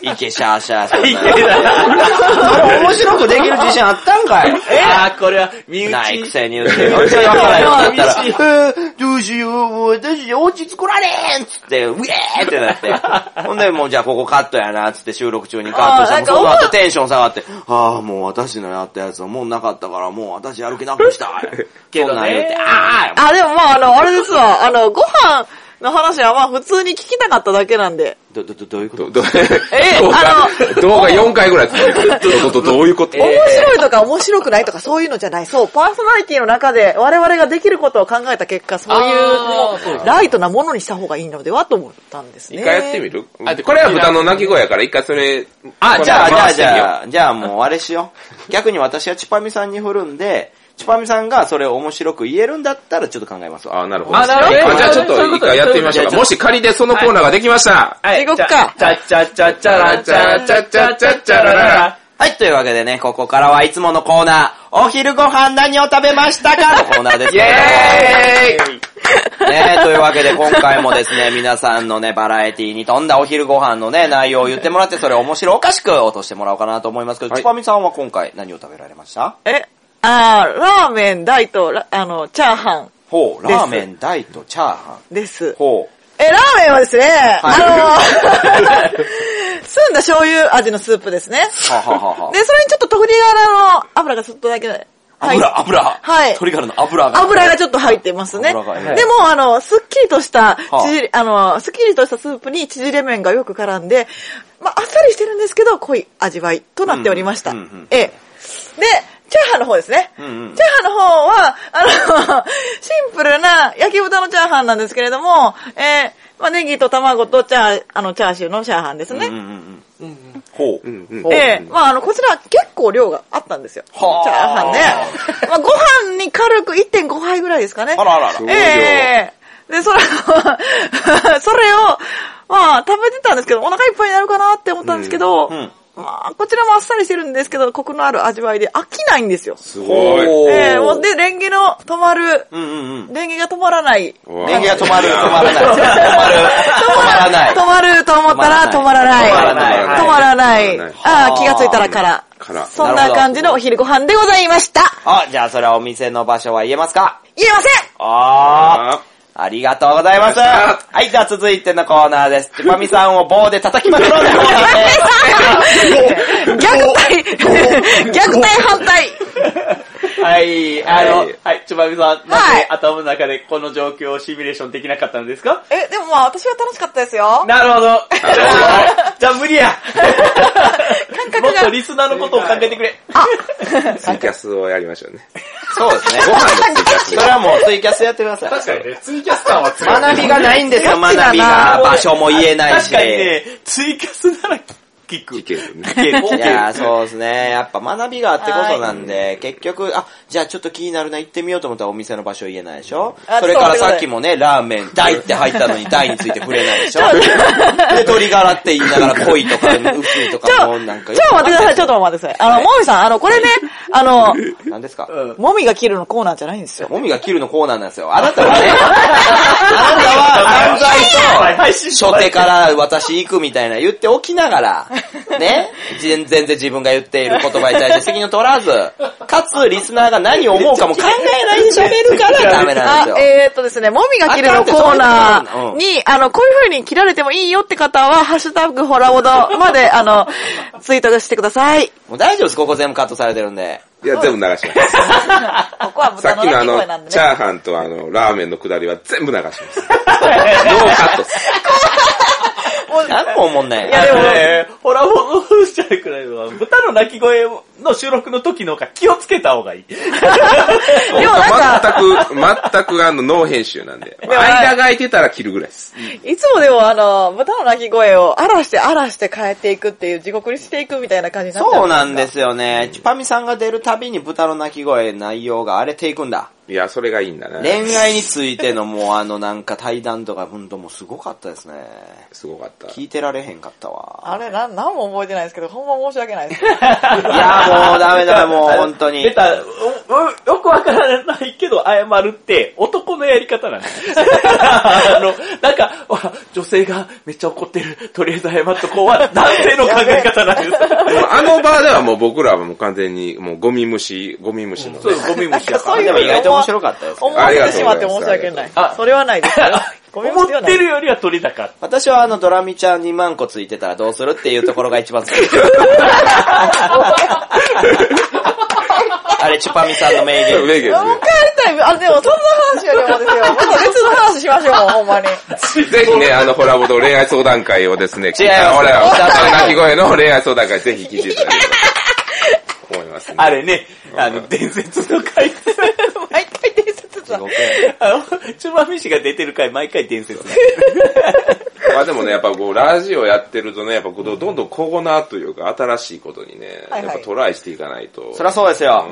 [SPEAKER 4] いけシャーシャーシャー。それ面白くできる自信あったんかい
[SPEAKER 5] あーこれは、身
[SPEAKER 4] ないく
[SPEAKER 5] 内。
[SPEAKER 4] せに言って、落ち着からよって言ったら、えー どうしよう、もう私、お家作られんっつって、ウェーってなって。ほんで、もうじゃあここカットやなっつって収録中にカットし
[SPEAKER 3] あーな
[SPEAKER 4] て、
[SPEAKER 3] ん
[SPEAKER 4] もその
[SPEAKER 3] か
[SPEAKER 4] 後テンション下がって、ああ、もう私のやったやつはもうなかったから、もう私やる気なくした。
[SPEAKER 5] けどね
[SPEAKER 4] そんなん言って、ああ、
[SPEAKER 3] あ、でもまああの、あれですわ、あの、ご飯の話はまあ普通に聞きたかっただけなんで。
[SPEAKER 4] ど、ど、どどういうこ
[SPEAKER 1] ど
[SPEAKER 4] と
[SPEAKER 1] ど
[SPEAKER 3] え
[SPEAKER 1] 動
[SPEAKER 3] あ
[SPEAKER 1] 画、動画4回ぐらい続いてる。どどどどういうこと
[SPEAKER 3] 面白いとか面白くないとかそういうのじゃない。そう、パーソナリティの中で我々ができることを考えた結果、そう
[SPEAKER 2] あーそ
[SPEAKER 3] い
[SPEAKER 2] うで
[SPEAKER 3] う
[SPEAKER 2] す
[SPEAKER 3] ライトなものにした方がいいのではと思ったんですね。
[SPEAKER 1] 一回やってみる
[SPEAKER 2] あで
[SPEAKER 1] これは豚の鳴き声やから一回それ、
[SPEAKER 4] あ、じゃあ、じゃあ、じ
[SPEAKER 1] あ。
[SPEAKER 4] ゃあ、じゃあもうあれしよう。逆に私はチュパミさんに振るんで、チュパミさんがそれを面白く言えるんだったらちょっと考えますわ。
[SPEAKER 1] あ、なるほど。
[SPEAKER 5] あなるほど
[SPEAKER 1] あじゃあちょっと一回やってみましょう
[SPEAKER 4] そういうこと
[SPEAKER 1] か。もし仮でそのコーナーができました。
[SPEAKER 5] はい
[SPEAKER 3] 地獄か
[SPEAKER 5] チャチャチャチャラチャチャチャチャチャララ
[SPEAKER 4] はい、というわけでね、ここからはいつものコーナー、お昼ご飯何を食べましたかのコーナーです。
[SPEAKER 1] イェーイ
[SPEAKER 4] ねというわけで今回もですね、皆さんのね、バラエティに富んだお昼ご飯のね、内容を言ってもらって、それを面白おかしく落としてもらおうかなと思いますけど、
[SPEAKER 1] はい
[SPEAKER 4] ちぱみさんは今回何を食べられました
[SPEAKER 3] え、あー、ラーメン大と、ラあの、チャーハン
[SPEAKER 4] ほう、
[SPEAKER 3] です
[SPEAKER 4] ラーメン、大とチャーハン。
[SPEAKER 3] です。
[SPEAKER 4] ほう。
[SPEAKER 3] え、ラーメンはですね、あの、 澄んだ醤油味のスープですね。で、そ
[SPEAKER 4] はははは
[SPEAKER 3] れにちょっと特にあの、油がちょっとだけ、はい
[SPEAKER 4] 油、油。
[SPEAKER 3] はい
[SPEAKER 4] 鶏からの油が。
[SPEAKER 3] 油がちょっと入ってますね。で
[SPEAKER 4] 油がはい
[SPEAKER 3] も、あの、すっきりとした、
[SPEAKER 4] あ
[SPEAKER 3] 縮れあの、すっきりとしたスープに縮れ麺がよく絡んで、まあ、あっさりしてるんですけど、濃い味わいとなっておりました。
[SPEAKER 4] うんうんうん
[SPEAKER 3] ええ。で、チャーハンの方ですね。
[SPEAKER 4] んうん
[SPEAKER 3] チャーハンの方は、あの、 シンプルな焼き豚のチャーハンなんですけれども、えー、まあ、ネギと卵とチャー、あの、チャーシューのチャーハンですね。
[SPEAKER 4] うんうんうんうん。ほう。
[SPEAKER 3] ええまああの、こちら結構量があったんですよ。チャー
[SPEAKER 4] はあ
[SPEAKER 3] ハ ンね。まあご飯に軽く1.5杯ぐらいですかね。
[SPEAKER 4] あらあらあら
[SPEAKER 3] ええで、それを、 それを、まあ食べてたんですけど、お腹いっぱいになるかなって思ったんですけど、
[SPEAKER 4] んうん
[SPEAKER 3] まあこちらもあっさりしてるんですけど、コクのある味わいで飽きないんですよ。
[SPEAKER 1] すごい。
[SPEAKER 4] ほう
[SPEAKER 3] ええもうで、レンゲの止まる、
[SPEAKER 4] うんうんうん。
[SPEAKER 3] レンゲが止まらない。
[SPEAKER 4] 電気が止まる、止ま らない。止まる、止まらない。
[SPEAKER 3] 止まると思ったら止
[SPEAKER 4] 止
[SPEAKER 3] ま
[SPEAKER 4] ま
[SPEAKER 3] らない。
[SPEAKER 4] 止まらない
[SPEAKER 3] 止まらない
[SPEAKER 1] 止まらない。
[SPEAKER 3] ああ、気がついたらから
[SPEAKER 1] から。
[SPEAKER 3] そんな感じのお昼ご飯でございました。
[SPEAKER 4] あ、じゃあそれはお店の場所は言えますか
[SPEAKER 3] 言えません
[SPEAKER 4] あー。ありがとうございます。
[SPEAKER 1] ありがとうございま
[SPEAKER 4] はい、じゃあ続いてのコーナーです。ちぱみさんを棒で叩きまくろうのコーナーです。
[SPEAKER 3] 虐待虐待反対
[SPEAKER 5] はい、あ
[SPEAKER 1] は
[SPEAKER 5] の
[SPEAKER 1] い、
[SPEAKER 5] はい、ちばみさん、な
[SPEAKER 3] はい
[SPEAKER 5] ぜ頭の中でこの状況をシミュレーションできなかったんですか
[SPEAKER 3] え、でもまあ私は楽しかったですよ。
[SPEAKER 5] なるほど。 じゃあ無理や。
[SPEAKER 3] 感覚
[SPEAKER 5] もっと
[SPEAKER 3] が。
[SPEAKER 5] リスナーのことを考えてくれ。
[SPEAKER 1] ツイキャスをやりましょうね。
[SPEAKER 4] そうですね。
[SPEAKER 1] ご飯のツイキャス
[SPEAKER 4] それはもうツイキャスやってください。
[SPEAKER 2] 確かにね、ツイキャス感は強い。
[SPEAKER 4] 学びがないんですよ、学びが。場所も言えないし。
[SPEAKER 5] 確かにね、ツイキャスなら聞く。
[SPEAKER 1] いけるね。
[SPEAKER 5] ける
[SPEAKER 4] いやーそうですね。やっぱ学びがあってこそなんで、結局、あ、じゃあちょっと気になるな、行ってみようと思ったらお店の場所言えないでしょ
[SPEAKER 3] あ
[SPEAKER 4] それからさっきもね、ラーメン、大って入ったのに大について触れないでしょ
[SPEAKER 3] ちょっと
[SPEAKER 4] で、鶏ガラって言いながら恋とか、ウフと
[SPEAKER 3] ちょ、ち
[SPEAKER 4] かも
[SPEAKER 3] ょ
[SPEAKER 4] う
[SPEAKER 3] っと
[SPEAKER 4] なん
[SPEAKER 3] 待
[SPEAKER 4] か
[SPEAKER 3] ってください、ちょっと待ってください。あの、もみさん、あの、これね、あの、
[SPEAKER 4] 何ですか
[SPEAKER 5] うん
[SPEAKER 3] もみが切るのコーナーじゃないんですよ。
[SPEAKER 4] もみが切るのコーナーなんですよ。あなたはね、あなたは犯罪と、初手から私行くみたいな言っておきなが ら、ね、全然自分が言っている言葉に対して責任を取らず、かつリスナーが何を思うかも考えないで喋るからダメなんで
[SPEAKER 3] あ
[SPEAKER 4] す、よ。
[SPEAKER 3] えーっとですね、もみが切るのコーナーに、あの、こういう風に切られてもいいよって方は、ハッシュタグホラボドまで、あの、ツイートしてください。
[SPEAKER 4] もう大丈夫です、ここ全部カットされてるんで。
[SPEAKER 1] いや、全部流します。
[SPEAKER 3] ここは
[SPEAKER 1] さ
[SPEAKER 3] 豚
[SPEAKER 1] っ
[SPEAKER 3] の
[SPEAKER 1] きのあ
[SPEAKER 3] 鳴き
[SPEAKER 1] の
[SPEAKER 3] 声なん、で
[SPEAKER 1] チ
[SPEAKER 3] ね。
[SPEAKER 1] ャーハンとあの、ラーメンのくだりは全部流します。ノーカットっす。
[SPEAKER 3] もう
[SPEAKER 4] 何も思んない。
[SPEAKER 3] いやでも
[SPEAKER 5] ねホラボのじゃなくないのは、豚の鳴き声の収録の時の方が気をつけた方がいい。
[SPEAKER 3] でもなんか、
[SPEAKER 1] 全く、全くあの、ノー編集なんで。間が空いてたら切るぐらいです。
[SPEAKER 3] いつもでもあの、豚の鳴き声を荒らして荒らして変えていくっていう、地獄にしていくみたいな感じになっちゃう。
[SPEAKER 4] そうなんですよね。チュパミさんが出るたびに豚の鳴き声、内容が荒れていくんだ。
[SPEAKER 1] いや、それがいいんだな。
[SPEAKER 4] 恋愛についてのもうあのなんか対談とかほんともうすごかったですね。
[SPEAKER 1] すごかった。
[SPEAKER 4] 聞いてられへんかったわ。
[SPEAKER 3] あれ、なん、なんも覚えてないですけど、ほんま申し訳ないです。
[SPEAKER 4] いやもうダメだもう本当 に
[SPEAKER 5] 出。た、おおよくわからないけど謝るって男のやり方なんですあの、なんか、ほら女性がめっちゃ怒ってる、とりあえず謝っとこうは男性の考え方なんです。
[SPEAKER 1] もうあの場ではもう僕らはもう完全に、もうゴミ虫、ゴミ虫の。
[SPEAKER 5] そう、ゴミ虫やから
[SPEAKER 3] そうい
[SPEAKER 4] で
[SPEAKER 3] う
[SPEAKER 4] も意外と面白かったですね
[SPEAKER 3] 思わせてしまって申し訳ない。あ、それはないですよ。ごめん
[SPEAKER 5] 思
[SPEAKER 3] なさい
[SPEAKER 5] ってるよりは鳥だから。
[SPEAKER 4] 私はあのドラミちゃん2万個ついてたらどうするっていうところが一番好きです。あれ、チュパミさんの名言。
[SPEAKER 1] 名言
[SPEAKER 3] もう帰りたい。あ、でもそんな話よりもですよ。また別の話しましょう、ほんまに。
[SPEAKER 1] ですね。ぜひね、あの、ホラボド恋愛相談会をですね、
[SPEAKER 4] 違います
[SPEAKER 1] ほら、鳴き声の恋愛相談会ぜひ聞いていただければと思いますね。
[SPEAKER 5] あれね、あの、伝説の回。
[SPEAKER 3] 毎回伝説だ。
[SPEAKER 5] あの、チュバミ氏が出てる回、毎回伝説。
[SPEAKER 1] まあでもね、やっぱこう、ラジオやってるとね、やっぱこうどんどんコーナーというか、新しいことにね、
[SPEAKER 3] はいはい
[SPEAKER 1] やっぱトライしていかないと。
[SPEAKER 4] そりゃそうですよ。